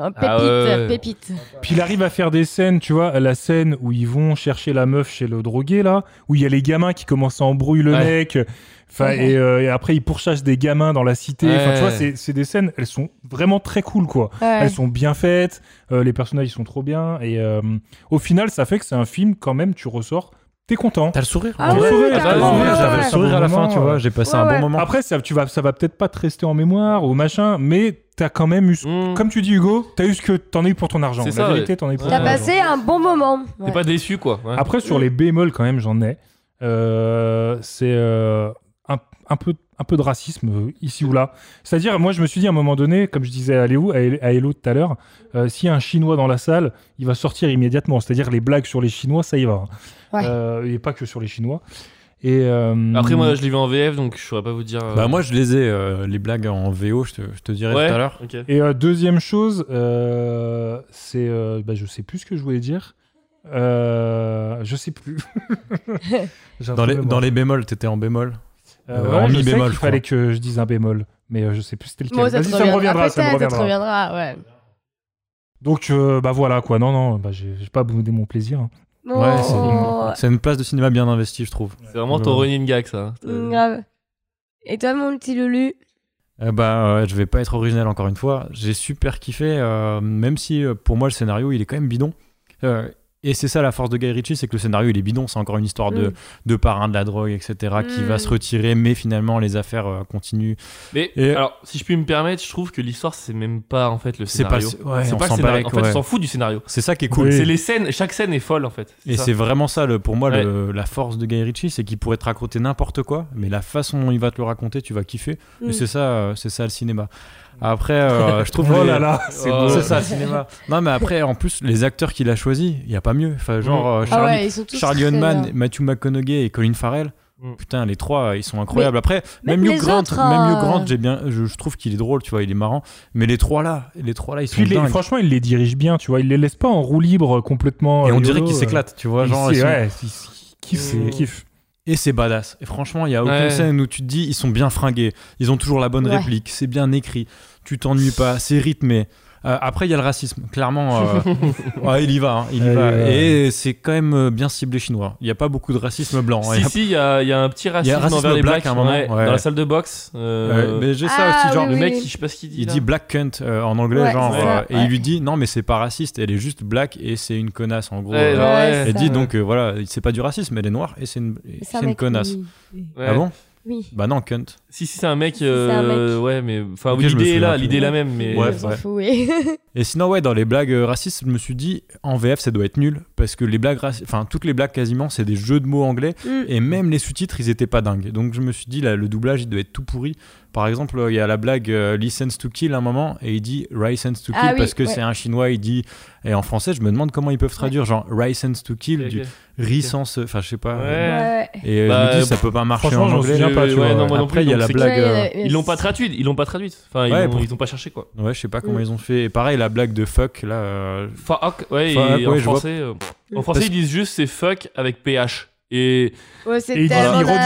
Speaker 8: euh, pépite,
Speaker 9: Ah ouais.
Speaker 8: pépite.
Speaker 9: puis il arrive à faire des scènes, tu vois, la scène où ils vont chercher la meuf chez le drogué, là, où il y a les gamins qui commencent à embrouiller le
Speaker 10: Ouais.
Speaker 9: mec, enfin,
Speaker 10: Ouais.
Speaker 9: et, euh, et après ils pourchassent des gamins dans la cité, enfin, tu vois,
Speaker 10: Ouais.
Speaker 9: c'est- c'est des scènes, elles sont vraiment très cool, quoi.
Speaker 10: Ouais.
Speaker 9: Elles sont bien faites, euh, les personnages, ils sont trop bien, et euh, au final, ça fait que c'est un film, quand même, tu ressors, t'es content.
Speaker 7: T'as le sourire.
Speaker 8: Ah
Speaker 9: T'as le
Speaker 7: ouais,
Speaker 9: sourire,
Speaker 7: t'as
Speaker 9: t'as
Speaker 7: le
Speaker 9: le
Speaker 7: sourire,
Speaker 9: sourire,
Speaker 7: j'avais
Speaker 9: t'as
Speaker 7: le
Speaker 9: passé
Speaker 7: sourire
Speaker 9: un
Speaker 7: à la fin,
Speaker 9: moment,
Speaker 7: tu vois,
Speaker 9: euh,
Speaker 7: j'ai passé un bon moment.
Speaker 9: Après, ça, tu vas, ça va peut-être pas te rester en mémoire ou machin, mais t'as quand même eu, ce-
Speaker 10: Mm.
Speaker 9: comme tu dis Hugo, t'as eu ce que t'en as eu pour ton argent.
Speaker 10: C'est
Speaker 9: La
Speaker 10: ça,
Speaker 9: vérité,
Speaker 10: ouais.
Speaker 9: t'en as eu pour
Speaker 8: T'as
Speaker 9: ton argent.
Speaker 8: passé un bon moment.
Speaker 10: T'es
Speaker 8: Ouais.
Speaker 10: pas déçu, quoi. ouais.
Speaker 9: Après, sur les bémols, quand même, j'en ai. Euh, c'est euh, un, un peu, un peu de racisme euh, ici ou là. C'est-à-dire, moi, je me suis dit à un moment donné, comme je disais à Léo, à El- à Hello tout à l'heure, euh, s'il y a un Chinois dans la salle, il va sortir immédiatement. C'est-à-dire, les blagues sur les Chinois, ça y va. Euh, et pas que sur les Chinois. Et, euh,
Speaker 10: Après, moi, je l'ai vu en VF, donc je saurais pas vous dire. euh,
Speaker 7: mm. Bah, moi, je les ai, euh, les blagues en VO, je te, je te dirai
Speaker 10: Ouais,
Speaker 7: tout à l'heure.
Speaker 10: ok.
Speaker 9: Et euh, deuxième chose, euh, c'est. euh, bah, je sais plus ce que je voulais dire. Euh, je sais plus. J'ai un
Speaker 7: Dans
Speaker 9: trou
Speaker 7: les,
Speaker 9: de mémoire.
Speaker 7: dans les bémols, t'étais en bémol.
Speaker 9: Euh,
Speaker 7: Euh,
Speaker 9: ouais,
Speaker 7: en
Speaker 9: je
Speaker 7: mi
Speaker 9: sais
Speaker 7: bémol,
Speaker 9: qu'il
Speaker 7: je crois.
Speaker 9: fallait que je dise un bémol, mais euh, je sais plus c'était lequel.
Speaker 8: Bon, ça,
Speaker 9: Vas-y,
Speaker 8: te
Speaker 9: ça me reviendra, ça me
Speaker 8: Peut-être, ça te
Speaker 9: reviendra.
Speaker 8: reviendra, ouais.
Speaker 9: Donc euh, bah voilà quoi. Non non, bah, j'ai j'ai pas boudé mon plaisir. hein.
Speaker 8: Oh. Ouais, c'est-
Speaker 7: C'est une place de cinéma bien investie, je trouve.
Speaker 10: C'est vraiment ton running gag, ça.
Speaker 8: Mm, grave. Et toi, mon petit Loulou
Speaker 7: Eh bah, euh, je vais pas être original encore une fois. J'ai super kiffé, euh, même si euh, pour moi le scénario il est quand même bidon. Euh, et c'est ça la force de Guy Ritchie, c'est que le scénario il est bidon. C'est encore une histoire de,
Speaker 10: Mm.
Speaker 7: de parrain de la drogue, etc. qui va
Speaker 10: Mm.
Speaker 7: se retirer, mais finalement les affaires euh, continuent.
Speaker 10: Mais alors, si je puis me permettre, je trouve que l'histoire, c'est même pas en fait le
Speaker 7: C'est
Speaker 10: scénario.
Speaker 7: pas le- ouais,
Speaker 10: c'est
Speaker 7: on
Speaker 10: pas le
Speaker 7: s'en
Speaker 10: scénario.
Speaker 7: bat
Speaker 10: En
Speaker 7: les
Speaker 10: fait, on
Speaker 7: couilles.
Speaker 10: s'en fout du scénario.
Speaker 7: C'est ça qui est cool.
Speaker 10: C'est les scènes, chaque scène est folle en fait.
Speaker 7: Et
Speaker 10: ça.
Speaker 7: c'est vraiment ça, le, pour moi, le- la force de Guy Ritchie, c'est qu'il pourrait te raconter n'importe quoi, mais la façon dont il va te le raconter, tu vas kiffer.
Speaker 10: Mm.
Speaker 7: Et c'est ça, euh, c'est ça le cinéma. Après, euh, je trouve.
Speaker 9: Oh
Speaker 7: les-
Speaker 9: là là, c'est beau.
Speaker 7: ça le cinéma. Non, mais après, en plus, les acteurs qu'il a choisis, il y a pas mieux. Enfin, genre
Speaker 10: Mm.
Speaker 7: euh,
Speaker 10: Ah
Speaker 7: Charlie,
Speaker 10: ouais, ils sont tous
Speaker 7: Charlie
Speaker 10: très
Speaker 7: Hunman,
Speaker 10: bien.
Speaker 7: Matthew McConaughey et Colin Farrell.
Speaker 10: Mm.
Speaker 7: Putain, les trois, ils sont incroyables.
Speaker 10: Mais
Speaker 7: Après,
Speaker 10: même
Speaker 7: même, Hugh
Speaker 10: les
Speaker 7: Grant,
Speaker 10: autres,
Speaker 7: même
Speaker 10: euh,
Speaker 7: Hugh Grant, j'ai bien, je, je trouve qu'il est drôle, tu vois, il est marrant. Mais les trois là, les trois là, ils sont
Speaker 9: Puis les-
Speaker 7: dingues.
Speaker 9: franchement, il les dirige bien, tu vois. Il les laisse pas en roue libre euh, complètement.
Speaker 7: Et
Speaker 9: euh,
Speaker 7: on dirait
Speaker 9: yolo,
Speaker 7: qu'ils
Speaker 9: euh.
Speaker 7: s'éclatent, tu vois.
Speaker 9: Il
Speaker 7: Genre,
Speaker 9: sait,
Speaker 7: ils sont-
Speaker 9: ouais, il- il kiffe, c'est- il kiffe.
Speaker 7: Et c'est badass. Et franchement, il y a aucune
Speaker 10: Ouais.
Speaker 7: scène où tu te dis, ils sont bien fringués, ils ont toujours la bonne
Speaker 10: Ouais.
Speaker 7: réplique, c'est bien écrit, tu t'ennuies pas, c'est rythmé. Euh, après, il y a le racisme. Clairement, euh, ouais, il y va. hein, il y
Speaker 10: Ouais,
Speaker 7: va.
Speaker 10: il y va.
Speaker 7: Et c'est quand même euh, bien ciblé chinois. Il n'y a pas beaucoup de racisme blanc. hein.
Speaker 10: Si, si, il y a, il y a un petit racisme,
Speaker 7: Il y a un racisme
Speaker 10: envers les
Speaker 7: black
Speaker 10: blacks
Speaker 7: à un moment,
Speaker 10: ouais,
Speaker 7: ouais.
Speaker 10: dans la salle de boxe. euh,
Speaker 7: Ouais, mais j'ai ça aussi, genre
Speaker 10: le mec, il- je sais pas ce qu'il dit.
Speaker 7: Il
Speaker 10: là.
Speaker 7: dit black cunt euh, en anglais,
Speaker 10: Ouais,
Speaker 7: genre,
Speaker 10: c'est ça,
Speaker 7: euh, et
Speaker 10: ouais.
Speaker 7: il lui dit non, mais c'est pas raciste, elle est juste black et c'est une connasse en gros.
Speaker 10: Ouais, ouais,
Speaker 7: Euh,
Speaker 10: ouais, c'est
Speaker 7: elle
Speaker 10: ça,
Speaker 7: dit
Speaker 10: ouais.
Speaker 7: donc euh, voilà, c'est pas du racisme, elle est noire et c'est une, et
Speaker 10: c'est un
Speaker 7: c'est une
Speaker 10: mec,
Speaker 7: connasse.
Speaker 10: oui, oui.
Speaker 7: Ah
Speaker 10: Ouais.
Speaker 7: bon
Speaker 10: Oui.
Speaker 7: Bah non, cunt.
Speaker 10: Si, si, c'est un mec. euh, Ouais, mais. Enfin,
Speaker 7: Ok,
Speaker 10: oui,
Speaker 7: je me
Speaker 10: l'idée est
Speaker 7: souviens
Speaker 10: là,
Speaker 7: plus.
Speaker 10: l'idée est la même, mais.
Speaker 7: Ouais,
Speaker 10: On s'en
Speaker 7: ouais.
Speaker 8: fout, oui.
Speaker 7: Et sinon, ouais, dans les blagues euh, racistes, je me suis dit, en VF, ça doit être nul, parce que les blagues raci- enfin, toutes les blagues quasiment, c'est des jeux de mots anglais,
Speaker 8: Mm.
Speaker 7: et même les sous-titres, ils étaient pas dingues. Donc je me suis dit, là, le doublage, il doit être tout pourri. Par exemple, euh, il y a la blague euh, License to Kill à un moment, et il dit License to Kill,
Speaker 8: Ah oui,
Speaker 7: parce que
Speaker 8: ouais.
Speaker 7: c'est un chinois, il dit. Et en français, je me demande comment ils peuvent traduire, genre License to Kill,
Speaker 10: Ok,
Speaker 7: du
Speaker 10: ok.
Speaker 7: Ricence, enfin, je sais pas.
Speaker 10: Ouais.
Speaker 7: Et euh,
Speaker 10: Bah,
Speaker 7: je me dis, ça peut pas marcher
Speaker 10: franchement,
Speaker 7: en
Speaker 10: j'en
Speaker 7: anglais.
Speaker 10: souviens pas, tu
Speaker 7: vois.
Speaker 10: vois. non, moi non
Speaker 7: Après,
Speaker 10: plus,
Speaker 7: il y a
Speaker 10: donc
Speaker 7: la
Speaker 10: c'est
Speaker 7: blague.
Speaker 10: que-
Speaker 7: euh,
Speaker 10: Ils l'ont pas traduite, ils l'ont pas traduite. Enfin, ils
Speaker 7: Ouais,
Speaker 10: l'ont-
Speaker 7: pour-
Speaker 10: ils ont pas cherché, quoi.
Speaker 7: Ouais, je sais pas comment
Speaker 10: Mm.
Speaker 7: ils ont fait. Et pareil, la blague de fuck, là. euh,
Speaker 10: Fuck, ouais, et
Speaker 7: fuck,
Speaker 10: en,
Speaker 7: ouais, je vois-
Speaker 10: français, euh, en français, ils disent juste c'est fuck avec PH. Et.
Speaker 8: Ouais, Oh, c'est
Speaker 10: et ils disent-
Speaker 8: tellement
Speaker 10: ils redisent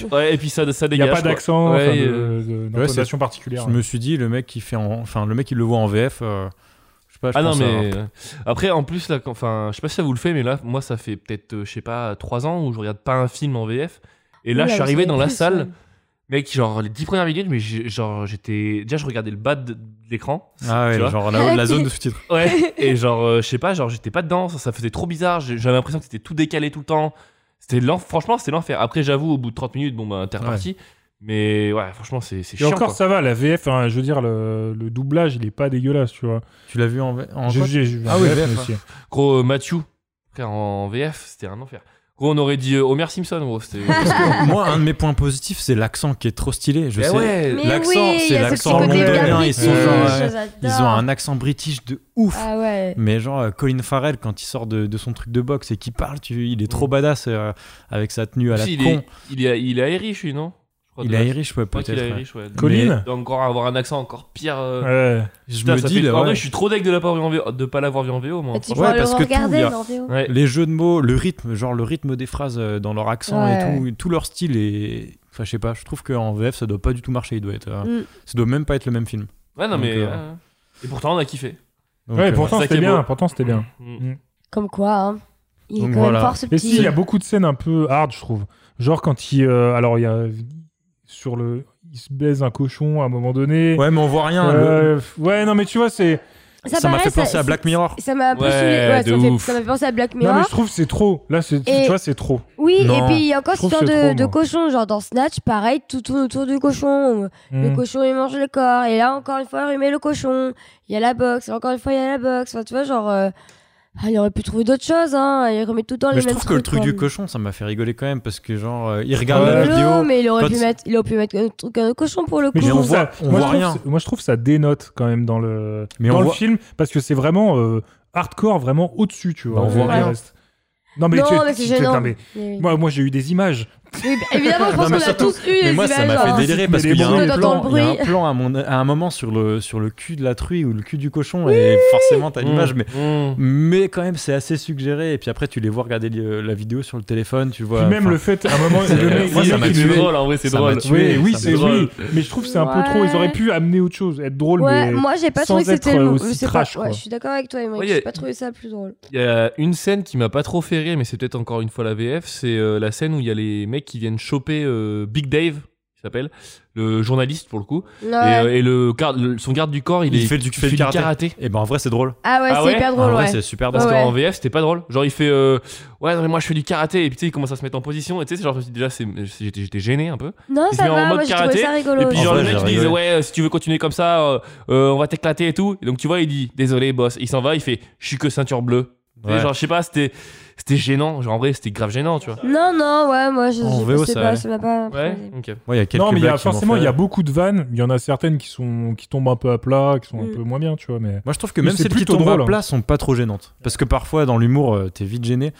Speaker 8: naze.
Speaker 10: fuck. Ouais, et puis ça, ça
Speaker 9: Il
Speaker 10: dégage.
Speaker 9: a pas
Speaker 10: quoi.
Speaker 9: d'accent,
Speaker 10: Ouais,
Speaker 9: enfin, de-
Speaker 10: euh,
Speaker 9: de-
Speaker 7: Ouais,
Speaker 9: d'intonation
Speaker 7: c'est-
Speaker 9: particulière.
Speaker 7: Je me suis dit, le mec qui fait en- enfin le mec il le voit en VF. euh, je sais pas. je
Speaker 10: ah non
Speaker 7: pense
Speaker 10: mais
Speaker 7: à-
Speaker 10: après en plus là quand- enfin je sais pas si ça vous le fait mais là moi ça fait peut-être euh, je sais pas 3 ans où je regarde pas un film en VF et là
Speaker 8: Oula,
Speaker 10: je suis
Speaker 8: vous
Speaker 10: arrivé
Speaker 8: savez
Speaker 10: dans la
Speaker 8: plus, ouais.
Speaker 10: salle mec genre les 10 premières minutes mais j'ai- genre j'étais déjà je regardais le bas de de l'écran
Speaker 7: Ah ouais,
Speaker 10: tu vois.
Speaker 7: genre la, la zone de sous-titres.
Speaker 10: ouais et genre euh, je sais pas genre j'étais pas dedans ça, ça faisait trop bizarre j'ai- j'avais l'impression que c'était tout décalé tout le temps c'était l'en- franchement c'était l'enfer après j'avoue au bout de 30 minutes bon bah t'es reparti mais ouais franchement c'est c'est
Speaker 9: Et
Speaker 10: chiant
Speaker 9: encore,
Speaker 10: quoi.
Speaker 9: ça va, la VF, hein, je veux dire, le, le doublage, il est pas dégueulasse, tu vois.
Speaker 7: Tu l'as vu en, en
Speaker 9: J'ai-
Speaker 7: quoi
Speaker 9: j'ai- j'ai vu
Speaker 7: Ah
Speaker 9: en
Speaker 7: oui,
Speaker 9: VF,
Speaker 7: VF,
Speaker 9: mais aussi.
Speaker 7: ouais.
Speaker 10: Gros, euh, Matthew, frère, en VF, c'était un enfer. Gros, on aurait dit euh, Homer Simpson, gros. C'était.
Speaker 7: Parce que moi, un de mes points positifs, c'est l'accent qui est trop stylé. Je
Speaker 10: Eh
Speaker 7: sais,
Speaker 10: ouais. Mais
Speaker 7: l'accent,
Speaker 10: oui, il y
Speaker 7: c'est
Speaker 10: a ce
Speaker 7: l'accent
Speaker 10: petit côté
Speaker 7: londonien. Ils,
Speaker 10: british,
Speaker 7: sont genre,
Speaker 10: euh,
Speaker 7: ouais,
Speaker 10: j'adore.
Speaker 7: ils ont un accent british de ouf.
Speaker 8: Ah ouais.
Speaker 7: Mais genre euh, Colin Farrell quand il sort de, de son truc de boxe et qu'il parle, tu, il est trop badass euh, avec sa tenue à la
Speaker 10: Si, Mm. il,
Speaker 7: con.
Speaker 10: est, il, est, il est Irish, lui, non Je crois
Speaker 7: Il
Speaker 10: de
Speaker 7: est
Speaker 10: base.
Speaker 7: Irish, ouais,
Speaker 10: Je crois qu'il
Speaker 7: peut-être,
Speaker 10: est
Speaker 7: ouais.
Speaker 10: Irish, ouais.
Speaker 7: Colin
Speaker 10: Mais doit encore avoir un accent encore pire. euh,
Speaker 7: Ouais. Je
Speaker 10: Putain,
Speaker 7: me
Speaker 10: ça
Speaker 7: dis,
Speaker 10: fait-
Speaker 7: là,
Speaker 10: En
Speaker 7: ouais.
Speaker 10: vrai, je suis trop deg de la pas en VO- de pas l'avoir vu en VO, moi.
Speaker 8: Bah, Ah,
Speaker 10: franchement.
Speaker 8: tu pourras le
Speaker 7: parce que tout,
Speaker 8: regarder,
Speaker 7: il y a-
Speaker 8: mais en VO.
Speaker 10: Ouais.
Speaker 7: Les jeux de mots, le rythme, genre le rythme des phrases euh, dans leur accent
Speaker 8: Ouais.
Speaker 7: et tout, tout leur style et enfin je sais pas, je trouve qu'en VF ça doit pas du tout marcher, il doit être, euh,
Speaker 10: Mm.
Speaker 7: ça doit même pas être le même film.
Speaker 10: Ouais, non,
Speaker 7: Donc,
Speaker 10: mais.
Speaker 7: euh,
Speaker 10: ouais. Et pourtant, on a kiffé. Mm,
Speaker 7: donc,
Speaker 9: ouais,
Speaker 7: euh,
Speaker 9: pourtant,
Speaker 10: ça qui
Speaker 9: c'était
Speaker 10: est
Speaker 9: bien,
Speaker 10: beau.
Speaker 9: pourtant, c'était bien.
Speaker 8: Comme quoi, hein. Il est quand même fort ce
Speaker 9: Et
Speaker 8: petit.
Speaker 9: si, il y a beaucoup de scènes un peu hard, je trouve. Genre quand il. euh, alors, il y a. Sur le. Il se baise un cochon à un moment donné.
Speaker 7: Ouais, mais on voit rien,
Speaker 9: Euh, Ouais, non, mais tu vois, c'est.
Speaker 8: paraît, ça- Ça m'a un peu
Speaker 9: Ouais,
Speaker 8: saoulé. Ouais, ça
Speaker 9: de
Speaker 8: m'a fait-
Speaker 9: ouf.
Speaker 8: ça m'a fait penser à Black
Speaker 9: Non,
Speaker 8: Mirror.
Speaker 9: mais je trouve que c'est trop. Là, c'est-
Speaker 8: Et-
Speaker 9: tu vois, c'est trop.
Speaker 8: Oui, et puis il y a encore
Speaker 9: Je
Speaker 8: cette
Speaker 9: trouve
Speaker 8: histoire
Speaker 9: que c'est
Speaker 8: de,
Speaker 9: trop,
Speaker 8: de
Speaker 9: moi.
Speaker 8: cochon. Genre dans Snatch, pareil, tout tourne autour du cochon. Le
Speaker 9: Mm.
Speaker 8: cochon, il mange le corps. Et là, encore une fois, il met le cochon. Il y a la boxe. Et encore une fois, il y a la boxe. Enfin, tu vois, genre. euh, ah, il aurait pu trouver d'autres choses. Hein. Il remet tout le temps
Speaker 7: mais
Speaker 8: les
Speaker 7: je
Speaker 8: mêmes
Speaker 7: trouve que le
Speaker 8: trucs,
Speaker 7: truc
Speaker 8: quoi.
Speaker 7: du cochon, ça m'a fait rigoler quand même parce que genre euh, il regarde
Speaker 9: Ouais.
Speaker 7: la
Speaker 9: Rigolo,
Speaker 7: vidéo.
Speaker 8: mais il aurait,
Speaker 7: quand-
Speaker 8: pu mettre, il aurait pu mettre un truc un cochon pour le coup.
Speaker 9: Mais je trouve
Speaker 7: voit-
Speaker 9: ça-
Speaker 7: on voit
Speaker 9: moi, je trouve
Speaker 7: rien.
Speaker 9: ça- moi, je trouve ça dénote quand même dans le,
Speaker 7: Mais
Speaker 9: dans
Speaker 7: on
Speaker 9: le
Speaker 7: voit-
Speaker 9: film parce que c'est vraiment euh, hardcore, vraiment au-dessus, tu vois.
Speaker 7: Bah, on
Speaker 9: euh,
Speaker 7: voit
Speaker 9: du
Speaker 7: rien.
Speaker 9: reste. Non, mais,
Speaker 8: Non,
Speaker 9: tu,
Speaker 8: mais c'est
Speaker 9: tu- tu-
Speaker 8: gênant.
Speaker 9: non, mais-
Speaker 8: Mais-
Speaker 9: moi, moi j'ai eu des images.
Speaker 8: Oui, bah, évidemment, je pense
Speaker 7: Non,
Speaker 8: qu'on
Speaker 7: mais
Speaker 8: a tous eu
Speaker 7: mais
Speaker 8: les
Speaker 7: moi ça
Speaker 8: images,
Speaker 7: m'a fait
Speaker 8: hein.
Speaker 7: délirer parce
Speaker 8: Mais
Speaker 7: qu'il y, a
Speaker 8: bon,
Speaker 7: un
Speaker 8: t'entends
Speaker 7: plan-
Speaker 8: le
Speaker 7: il y a un
Speaker 8: bruit.
Speaker 7: plan à, mon- à un moment sur le, sur le cul de la truie ou le cul du cochon et forcément
Speaker 9: Mm.
Speaker 7: t'as
Speaker 10: Mmh,
Speaker 7: l'image mais,
Speaker 10: mmh.
Speaker 7: mais quand même c'est assez suggéré et puis après tu les vois regarder li- la vidéo sur le téléphone tu vois
Speaker 9: Puis même
Speaker 7: enfin,
Speaker 9: le fait, à un moment,
Speaker 7: c'est-
Speaker 9: le mec-
Speaker 7: moi,
Speaker 9: il-
Speaker 7: ça m'a
Speaker 9: il-
Speaker 7: tué.
Speaker 10: drôle, en vrai, c'est
Speaker 7: Ça m'a
Speaker 10: drôle.
Speaker 7: tué,
Speaker 9: Oui, oui,
Speaker 7: ça m'a
Speaker 9: c'est
Speaker 7: tué.
Speaker 9: oui. Mais je trouve que c'est un peu trop. Ils auraient pu amener autre chose, être drôle.
Speaker 8: Ouais,
Speaker 9: mais
Speaker 8: moi j'ai pas
Speaker 9: sans
Speaker 8: trouvé que
Speaker 9: être euh,
Speaker 8: c'était le
Speaker 9: aussi
Speaker 8: c'est pas-
Speaker 9: trash.
Speaker 8: ouais,
Speaker 9: quoi.
Speaker 8: je suis d'accord avec toi, mec.
Speaker 10: Ouais, y a-
Speaker 8: J'ai pas trouvé ça plus drôle.
Speaker 10: Il y a une scène qui m'a pas trop fait rire, mais c'est peut-être encore une fois la VF. C'est euh, la scène où il y a les mecs qui viennent choper euh, Big Dave, il s'appelle, le journaliste pour le coup.
Speaker 8: Ouais.
Speaker 10: Et, euh, Et, le, garde- le- son garde du corps, il,
Speaker 7: Il
Speaker 10: est,
Speaker 7: fait du-
Speaker 10: il
Speaker 7: fait du karaté. Et ben en vrai, c'est drôle.
Speaker 8: Ah ouais, c'est hyper drôle,
Speaker 10: En vrai,
Speaker 8: ouais.
Speaker 10: c'est super
Speaker 8: Ouais,
Speaker 10: drôle. Parce qu'en
Speaker 8: ouais.
Speaker 10: VF, c'était pas drôle. Genre, il fait euh, Ouais, non, mais moi je fais du karaté, et puis tu sais, il commence à se mettre en position. Et tu sais, c'est genre, je me suis dit, déjà, c'est- j'étais j'étais gêné un peu.
Speaker 8: Non,
Speaker 10: il se
Speaker 8: ça
Speaker 10: met en
Speaker 8: va,
Speaker 10: mode
Speaker 8: moi, j'ai trouvé
Speaker 10: karaté.
Speaker 8: ça rigolo
Speaker 10: Et puis,
Speaker 8: aussi.
Speaker 10: genre,
Speaker 8: En
Speaker 10: le
Speaker 8: vrai,
Speaker 10: mec,
Speaker 8: j'ai
Speaker 10: il disait
Speaker 8: rigolé.
Speaker 10: Ouais, euh, si tu veux continuer comme ça, euh, euh, on va t'éclater et tout. Et donc, tu vois, il dit Désolé, boss. Il s'en va, il fait Je suis que ceinture bleue. Et
Speaker 7: Ouais.
Speaker 10: genre, je sais pas, c'était c'était gênant. Genre, en vrai, c'était grave gênant, tu vois.
Speaker 8: Non, non, ouais, moi je,
Speaker 7: En
Speaker 8: je
Speaker 7: VO,
Speaker 8: sais
Speaker 7: ça
Speaker 8: pas,
Speaker 7: allait.
Speaker 8: ça m'a pas.
Speaker 10: Ouais, ok.
Speaker 7: Ouais, il y a quelques
Speaker 9: non, mais il y a,
Speaker 7: blagues qui m'ont
Speaker 9: forcément,
Speaker 7: fait
Speaker 9: il y a
Speaker 7: rire.
Speaker 9: beaucoup de vannes. Il y en a certaines qui, sont, qui tombent un peu à plat, qui sont un
Speaker 7: Mm.
Speaker 9: peu moins bien, tu vois. Mais
Speaker 7: Moi, je trouve que
Speaker 9: mais
Speaker 7: même
Speaker 9: c'est
Speaker 7: celles qui
Speaker 9: plutôt
Speaker 7: tombent
Speaker 9: drôle,
Speaker 7: à
Speaker 9: hein.
Speaker 7: plat sont pas trop gênantes. Parce que parfois, dans l'humour, euh, t'es vite gêné.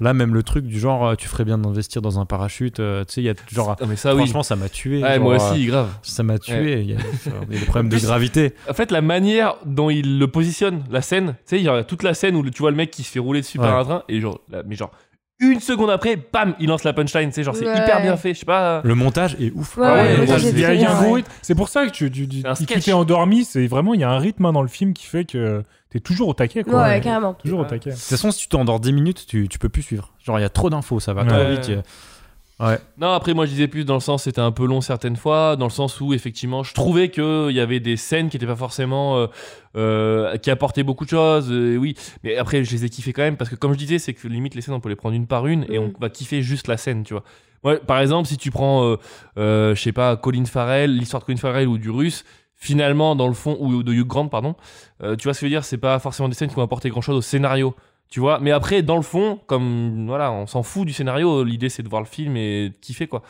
Speaker 7: Là, même le truc du genre, euh, tu ferais bien d'investir dans un parachute. euh, tu sais, il y a genre. euh,
Speaker 10: Ah, mais ça, oui.
Speaker 7: franchement, ça m'a tué.
Speaker 10: Ouais,
Speaker 7: genre,
Speaker 10: moi aussi,
Speaker 7: euh,
Speaker 10: grave.
Speaker 7: Ça m'a tué.
Speaker 10: Ouais.
Speaker 7: Il y a il y a des problèmes
Speaker 10: En
Speaker 7: de
Speaker 10: plus,
Speaker 7: gravité.
Speaker 10: En fait, la manière dont il le positionne, la scène, tu sais, il y a toute la scène où le- tu vois le mec qui se fait rouler dessus par
Speaker 7: Ouais.
Speaker 10: un train, et genre, là, mais genre, Une seconde après, bam, il lance la punchline. C'est genre, c'est
Speaker 8: Ouais.
Speaker 10: hyper bien fait. Je sais pas.
Speaker 7: Le montage est ouf.
Speaker 8: Ouais, ouais, le montage
Speaker 9: Il y a,
Speaker 8: est
Speaker 9: il y a
Speaker 8: très
Speaker 9: un
Speaker 8: bien,
Speaker 9: gros
Speaker 8: ouais.
Speaker 9: rythme. C'est pour ça que tu, tu, tu- tu
Speaker 10: sketch.
Speaker 9: t'es endormi. C'est vraiment, il y a un rythme hein, dans le film qui fait que t'es toujours au taquet. Quoi.
Speaker 8: Ouais, carrément.
Speaker 9: Toujours au taquet.
Speaker 7: De toute façon, si tu t'endors 10 minutes, tu, tu peux plus suivre. Genre, il y a trop d'infos, ça va
Speaker 10: Ouais.
Speaker 7: trop vite. y a- Ouais.
Speaker 10: Non, après, moi, je disais plus dans le sens, c'était un peu long certaines fois, dans le sens où, effectivement, je trouvais qu'il y avait des scènes qui n'étaient pas forcément. euh, euh, qui apportaient beaucoup de choses, euh, oui. Mais après, je les ai kiffées quand même, parce que, comme je disais, c'est que limite, les scènes, on peut les prendre une par une, et
Speaker 9: Mm.
Speaker 10: on va kiffer juste la scène, tu vois. Ouais, par exemple, si tu prends, euh, euh, je sais pas, Colin Farrell, l'histoire de Colin Farrell ou du russe, finalement, dans le fond, ou de Hugh Grant, pardon, euh, tu vois ce que je veux dire, c'est pas forcément des scènes qui vont apporter grand chose au scénario. Tu vois, mais après, dans le fond, comme voilà, on s'en fout du scénario, l'idée c'est de voir le film et de kiffer quoi.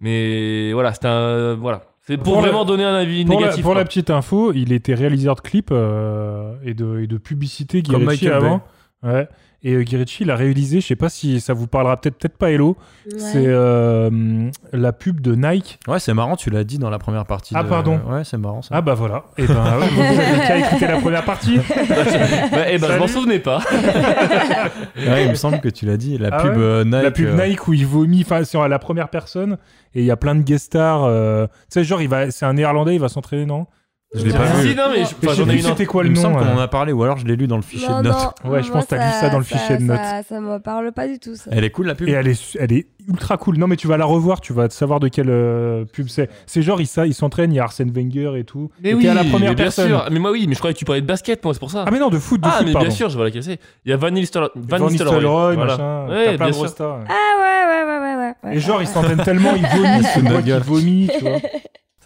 Speaker 10: Mais voilà, c'est un. Voilà. C'est pour,
Speaker 9: Pour la-
Speaker 10: vraiment donner un avis
Speaker 9: Pour, la,
Speaker 10: négatif.
Speaker 9: pour
Speaker 10: quoi.
Speaker 9: la petite info, il était réalisateur de clips euh, et de, et de publicité Guy
Speaker 7: Comme
Speaker 9: Ritchie
Speaker 7: Michael Bay.
Speaker 9: avant. Ouais. Et euh, Guy Ritchie, il a réalisé, je sais pas si ça vous parlera peut-être peut-être pas Hello,
Speaker 8: Ouais.
Speaker 9: c'est euh, hum, la pub de Nike.
Speaker 7: Ouais, c'est marrant, tu l'as dit dans la première partie.
Speaker 9: Ah,
Speaker 7: de-
Speaker 9: pardon.
Speaker 7: Ouais, c'est marrant ça.
Speaker 9: Ah bah voilà. Et ben ah ouais, vous avez qu'à écouter la première partie.
Speaker 10: Bah, eh ben, je m'en
Speaker 9: Salut.
Speaker 10: souvenais pas.
Speaker 7: Ouais, il me semble que tu l'as dit. La
Speaker 9: Ah
Speaker 7: pub
Speaker 9: ouais
Speaker 7: euh, Nike.
Speaker 9: La pub
Speaker 7: euh,
Speaker 9: Nike où il vomit enfin, sur la première personne et il y a plein de guest stars. euh, Tu sais, genre, il va, c'est un néerlandais, il va s'entraîner, non
Speaker 7: Je l'ai
Speaker 9: Ah,
Speaker 7: pas
Speaker 10: si,
Speaker 7: vu.
Speaker 10: non, mais je-
Speaker 9: Et
Speaker 10: enfin,
Speaker 9: je sais
Speaker 10: j'en ai
Speaker 9: plus
Speaker 10: une. en-
Speaker 9: c'était quoi le
Speaker 7: Il me
Speaker 9: nom
Speaker 7: semble qu'on
Speaker 9: euh.
Speaker 7: en a parlé ou alors je l'ai lu dans le fichier
Speaker 8: Non,
Speaker 7: de notes.
Speaker 8: non,
Speaker 9: Ouais, je
Speaker 8: moi,
Speaker 9: pense que t'as vu ça dans le fichier de notes.
Speaker 8: Ça, ça me parle pas du tout, ça.
Speaker 7: Elle est cool la pub.
Speaker 9: Et elle est, su- elle est ultra cool. Non, mais tu vas la revoir, tu vas savoir de quelle euh, pub c'est. C'est genre, il, ça- il s'entraîne, il y a Arsène Wenger et tout.
Speaker 10: Mais
Speaker 9: et
Speaker 10: oui,
Speaker 9: t'es à la première
Speaker 10: mais bien
Speaker 9: personne.
Speaker 10: sûr. Mais moi, oui, mais je croyais que tu parlais de basket, moi, c'est pour ça.
Speaker 9: Ah, mais non, de foot, de
Speaker 10: Ah,
Speaker 9: foot,
Speaker 10: mais
Speaker 9: pardon.
Speaker 10: bien sûr, je vais la casser. Il y a Van Nistelrooy.
Speaker 9: Van Nistelrooy,
Speaker 10: voilà.
Speaker 9: machin.
Speaker 10: Ouais,
Speaker 9: t'as plein
Speaker 10: bien
Speaker 9: de
Speaker 10: sûr.
Speaker 9: grosses stars.
Speaker 8: Ah ouais, ouais, ouais, ouais, ouais. ouais.
Speaker 9: Et genre, il s'entraîne tellement, il vomit,
Speaker 7: Sous
Speaker 9: c'est
Speaker 7: notre
Speaker 9: moi qui
Speaker 7: gueule.
Speaker 9: vomis, tu vois.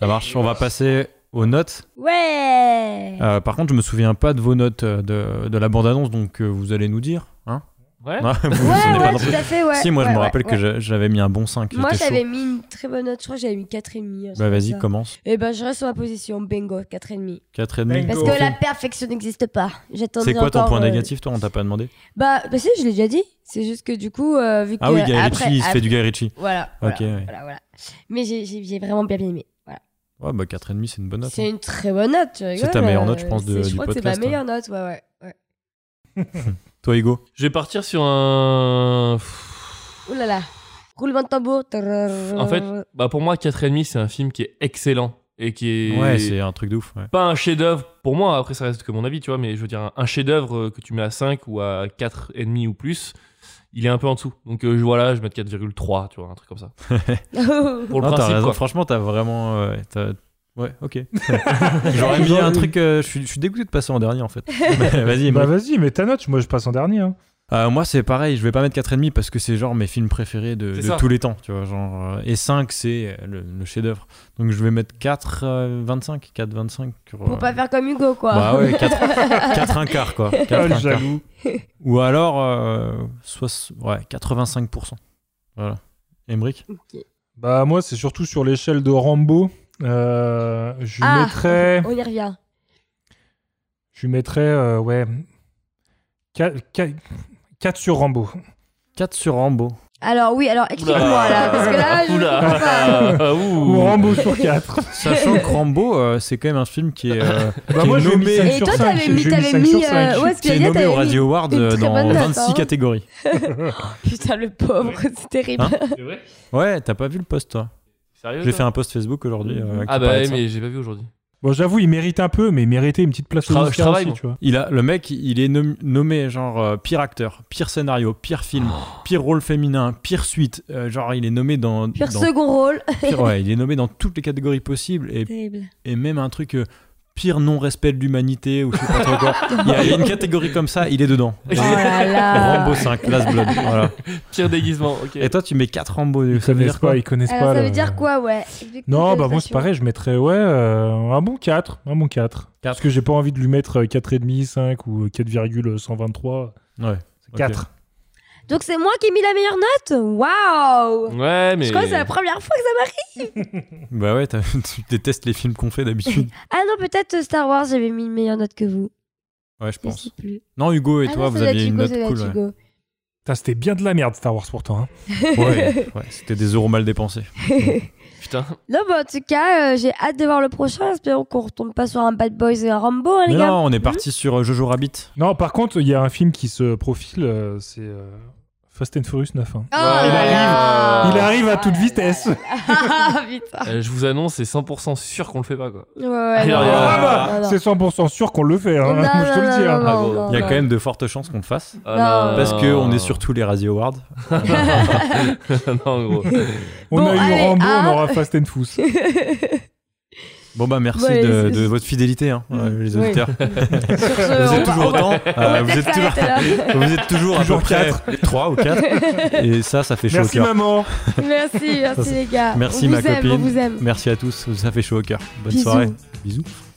Speaker 7: Ça marche. On va passer aux notes.
Speaker 8: Ouais.
Speaker 9: Ah.
Speaker 7: Euh, par contre, je me souviens pas de vos notes euh, de, de la bande-annonce, donc euh, vous allez nous dire. Hein
Speaker 10: Ouais.
Speaker 7: Non, vous vous souvenez
Speaker 8: Ouais,
Speaker 7: pas
Speaker 8: ouais,
Speaker 7: non plus.
Speaker 8: tout à fait, ouais.
Speaker 7: si, moi je
Speaker 8: ouais,
Speaker 7: me
Speaker 8: ouais,
Speaker 7: rappelle
Speaker 8: ouais.
Speaker 7: que j'a- j'avais mis un bon 5.
Speaker 8: Moi,
Speaker 7: j'étais
Speaker 8: j'avais
Speaker 7: chaud.
Speaker 8: mis une très bonne note, je crois que j'avais mis 4,5.
Speaker 7: Bah vas-y, commence.
Speaker 8: Et ben, je reste sur ma position, bingo, 4,5.
Speaker 7: 4,5.
Speaker 8: Parce
Speaker 9: Bingo.
Speaker 8: que la perfection n'existe pas. J'attendais
Speaker 7: C'est quoi ton
Speaker 8: encore,
Speaker 7: point
Speaker 8: euh,
Speaker 7: négatif, toi On t'a pas demandé
Speaker 8: Bah, bah si, je l'ai déjà dit. C'est juste que du coup, euh, vu que.
Speaker 7: Ah oui, Guy
Speaker 8: après,
Speaker 7: Ritchie, il se
Speaker 8: après-
Speaker 7: fait du Guy Ritchie.
Speaker 8: Voilà.
Speaker 7: Ok,
Speaker 8: voilà,
Speaker 7: ouais.
Speaker 8: voilà, voilà. Mais j'ai j'ai- j'ai vraiment bien aimé. Voilà.
Speaker 7: Ouais, bah 4,5, c'est une bonne note.
Speaker 8: C'est une très bonne note. tu
Speaker 7: ta
Speaker 8: rigoles,
Speaker 7: meilleure
Speaker 8: euh,
Speaker 7: note, je pense, de-
Speaker 8: c'est-
Speaker 7: du
Speaker 8: Je crois que c'est ma
Speaker 7: podcast, hein.
Speaker 8: meilleure note, ouais, ouais. ouais.
Speaker 7: Toi, Hugo
Speaker 10: Je vais partir sur un.
Speaker 8: Ouh là là. Roulement de tambour. En
Speaker 10: En fait, bah pour moi, 4,5, c'est un film qui est excellent. Et qui est.
Speaker 7: Ouais, c'est un truc de ouf. ouais.
Speaker 10: pas un chef-d'œuvre pour moi, après ça reste que mon avis, tu vois, mais je veux dire, un, un chef-d'œuvre euh, que tu mets à 5 ou à 4,5 ou plus, il est un peu en dessous. Donc euh, je- voilà, je vais mettre 4,3, tu vois, un truc comme ça. Pour le
Speaker 7: Non, t'as
Speaker 10: principe,
Speaker 7: raison.
Speaker 10: quoi.
Speaker 7: Franchement, t'as vraiment. euh, ouais, t'as- Ouais, ok. J'aurais mis un truc. euh, je suis- je suis dégoûté de passer en dernier en fait. Vas-y,
Speaker 9: Bah,
Speaker 7: Emmerich.
Speaker 9: vas-y, mais ta note, moi, je passe en dernier. hein.
Speaker 7: Euh, moi, c'est pareil, je vais pas mettre 4,5 parce que c'est genre mes films préférés de,
Speaker 10: C'est
Speaker 7: de
Speaker 10: ça.
Speaker 7: tous les temps. Tu vois, genre, euh, et 5, c'est euh, le, le chef-d'œuvre. Donc je vais mettre euh, 4,25. 4,25.
Speaker 8: Pour pas faire comme Hugo, quoi.
Speaker 7: euh, Bah ouais, 4, 4 un quart quoi. 4
Speaker 9: Ah,
Speaker 7: un
Speaker 9: le
Speaker 7: quart.
Speaker 9: jaloux.
Speaker 7: Ou alors, euh, soix- ouais, 85%. Voilà. Emmerich
Speaker 9: Bah, moi, c'est surtout sur l'échelle de Rambo. Euh, je
Speaker 8: Ah.
Speaker 9: mettrais.
Speaker 8: On y revient.
Speaker 9: Je lui mettrais, euh, ouais. 4, sur Rambo.
Speaker 7: 4 sur Rambo.
Speaker 8: Alors oui, alors explique-moi là, parce que là, je
Speaker 10: Oula.
Speaker 8: comprends pas.
Speaker 10: Ah, ouh.
Speaker 9: Ou Rambo sur 4.
Speaker 7: Sachant que Rambo, euh, c'est quand même un film qui est,
Speaker 10: Bah,
Speaker 7: euh, qui est
Speaker 9: j'ai mis
Speaker 7: nommé,
Speaker 9: 5
Speaker 8: Et
Speaker 9: sur
Speaker 8: toi,
Speaker 9: 5.
Speaker 8: t'avais mis,
Speaker 9: J'ai
Speaker 8: t'avais
Speaker 9: 5
Speaker 8: mis,
Speaker 9: sur
Speaker 8: euh,
Speaker 9: 5.
Speaker 8: ouais, ce que
Speaker 7: qui est
Speaker 8: j'allais dire,
Speaker 7: nommé
Speaker 8: t'avais
Speaker 7: au
Speaker 8: mis-
Speaker 7: Radio Award
Speaker 8: une
Speaker 7: euh,
Speaker 8: très
Speaker 7: dans
Speaker 8: bonne note,
Speaker 7: 26
Speaker 8: hein.
Speaker 7: catégories.
Speaker 8: Putain, le pauvre, c'est terrible.
Speaker 7: Hein
Speaker 10: C'est vrai
Speaker 7: Ouais, t'as pas vu le post toi
Speaker 10: Sérieux
Speaker 7: J'ai
Speaker 10: toi
Speaker 7: fait un post Facebook aujourd'hui. euh, qui
Speaker 10: Ah bah
Speaker 7: parlait de
Speaker 10: ouais,
Speaker 7: ça.
Speaker 10: mais j'ai pas vu aujourd'hui.
Speaker 9: Bon, j'avoue, il mérite un peu, mais il méritait une petite place
Speaker 10: Je
Speaker 9: au
Speaker 10: tra- je
Speaker 9: Oscar
Speaker 10: travaille,
Speaker 9: aussi,
Speaker 10: moi.
Speaker 9: tu vois.
Speaker 7: Il a, le mec, il est nom- nommé genre euh, pire acteur, pire scénario, pire film,
Speaker 10: Oh.
Speaker 7: pire rôle féminin, pire suite. Euh, genre, il est nommé dans.
Speaker 8: Pire
Speaker 7: dans-
Speaker 8: second rôle.
Speaker 7: pire- ouais, il est nommé dans toutes les catégories possibles et,
Speaker 8: Terrible.
Speaker 7: et même un truc euh, pire non-respect de l'humanité ou je sais pas trop quoi. Il y, a, il y a une catégorie comme ça, il est dedans.
Speaker 8: Oh là là.
Speaker 7: Rambo 5, Last Blood. voilà.
Speaker 10: Pire déguisement, ok.
Speaker 7: Et toi, tu mets 4 Rambo.
Speaker 9: Ils
Speaker 7: ça veut
Speaker 9: connaissent
Speaker 7: dire quoi
Speaker 9: pas, ils connaissent
Speaker 8: Alors
Speaker 9: pas.
Speaker 8: Euh, ça
Speaker 9: le-
Speaker 8: veut dire quoi, ouais Explique-nous
Speaker 9: Non,
Speaker 8: que
Speaker 9: bah
Speaker 8: ça
Speaker 9: moi, c'est
Speaker 8: suit.
Speaker 9: pareil, je mettrais, ouais, euh, un bon 4. Un bon 4. Parce que j'ai pas envie de lui mettre euh, 4,5, 5 ou euh, 4,123.
Speaker 7: Ouais.
Speaker 9: C'est 4.
Speaker 8: Donc c'est moi qui ai mis la meilleure note Waouh
Speaker 10: Ouais, mais.
Speaker 8: Je crois que c'est la première fois que ça m'arrive.
Speaker 7: Bah ouais, t'as- tu détestes les films qu'on fait d'habitude.
Speaker 8: Ah non, peut-être euh, Star Wars, j'avais mis une meilleure note que vous.
Speaker 7: Ouais, je
Speaker 8: Je
Speaker 7: pense.
Speaker 8: sais plus.
Speaker 7: Non, Hugo et
Speaker 8: Ah
Speaker 7: toi,
Speaker 8: non, ça
Speaker 7: vous
Speaker 8: doit
Speaker 7: aviez
Speaker 8: être
Speaker 7: une
Speaker 8: Hugo,
Speaker 7: note
Speaker 8: ça doit
Speaker 7: cool.
Speaker 8: être
Speaker 7: ouais.
Speaker 8: Hugo.
Speaker 9: Putain, C'était bien de la merde, Star Wars, pourtant. hein.
Speaker 7: Ouais, ouais, c'était des euros mal dépensés.
Speaker 8: Ah,
Speaker 10: Putain.
Speaker 8: Non, bah en tout cas, euh, j'ai hâte de voir le prochain. Espérons qu'on retombe pas sur un Bad Boys et un Rambo, hein, les
Speaker 7: Mais
Speaker 8: gars.
Speaker 7: non, on est parti sur euh, Jojo Rabbit.
Speaker 9: Non, par contre, il y a un film qui se profile, euh, c'est euh, Fast and Furious 9. hein.
Speaker 8: Oh là
Speaker 9: il, arrive,
Speaker 8: là.
Speaker 9: il arrive à toute vitesse.
Speaker 8: Ah, putain.
Speaker 10: Euh, je vous annonce, c'est 100% sûr qu'on le fait pas quoi.
Speaker 8: Ouais, ouais,
Speaker 10: Il y a
Speaker 8: non,
Speaker 10: rien.
Speaker 8: non,
Speaker 9: Ah bah,
Speaker 8: non, non.
Speaker 9: c'est 100% sûr qu'on le fait,
Speaker 8: Non,
Speaker 9: hein. Moi, je te
Speaker 8: non,
Speaker 9: le dis. hein.
Speaker 8: non, non, non,
Speaker 7: Il y a
Speaker 8: non.
Speaker 7: quand même de fortes chances qu'on le fasse.
Speaker 8: Ah, non.
Speaker 7: parce qu'on est sur tous les Razzie Awards.
Speaker 10: non, gros.
Speaker 9: On
Speaker 8: Bon,
Speaker 9: a eu
Speaker 8: allez,
Speaker 9: Rambo,
Speaker 8: ah.
Speaker 9: on aura Fast and Fous.
Speaker 7: Bon bah merci
Speaker 8: Ouais,
Speaker 7: de,
Speaker 8: c'est- Mm.
Speaker 7: de votre fidélité hein, euh, les
Speaker 8: Oui.
Speaker 7: auditeurs.
Speaker 8: Sur ce,
Speaker 7: vous
Speaker 8: on
Speaker 7: êtes
Speaker 8: va-
Speaker 7: toujours
Speaker 8: on va-
Speaker 7: autant,
Speaker 8: on va
Speaker 7: euh, vous,
Speaker 8: peut-être
Speaker 7: êtes toujours,
Speaker 8: s'arrêter là.
Speaker 7: vous êtes toujours à peu
Speaker 9: Toujours
Speaker 7: près 3 ou 4 et ça ça fait chaud
Speaker 9: Merci
Speaker 7: au cœur.
Speaker 9: maman.
Speaker 8: Merci,
Speaker 7: Ça,
Speaker 8: merci
Speaker 7: c'est-
Speaker 8: les gars.
Speaker 7: Merci
Speaker 8: on
Speaker 7: ma
Speaker 8: vous aime,
Speaker 7: copine.
Speaker 8: on vous aime.
Speaker 7: Merci à tous, ça fait chaud au cœur. Bonne
Speaker 8: Bisous.
Speaker 7: soirée. Bisous.
Speaker 5: oh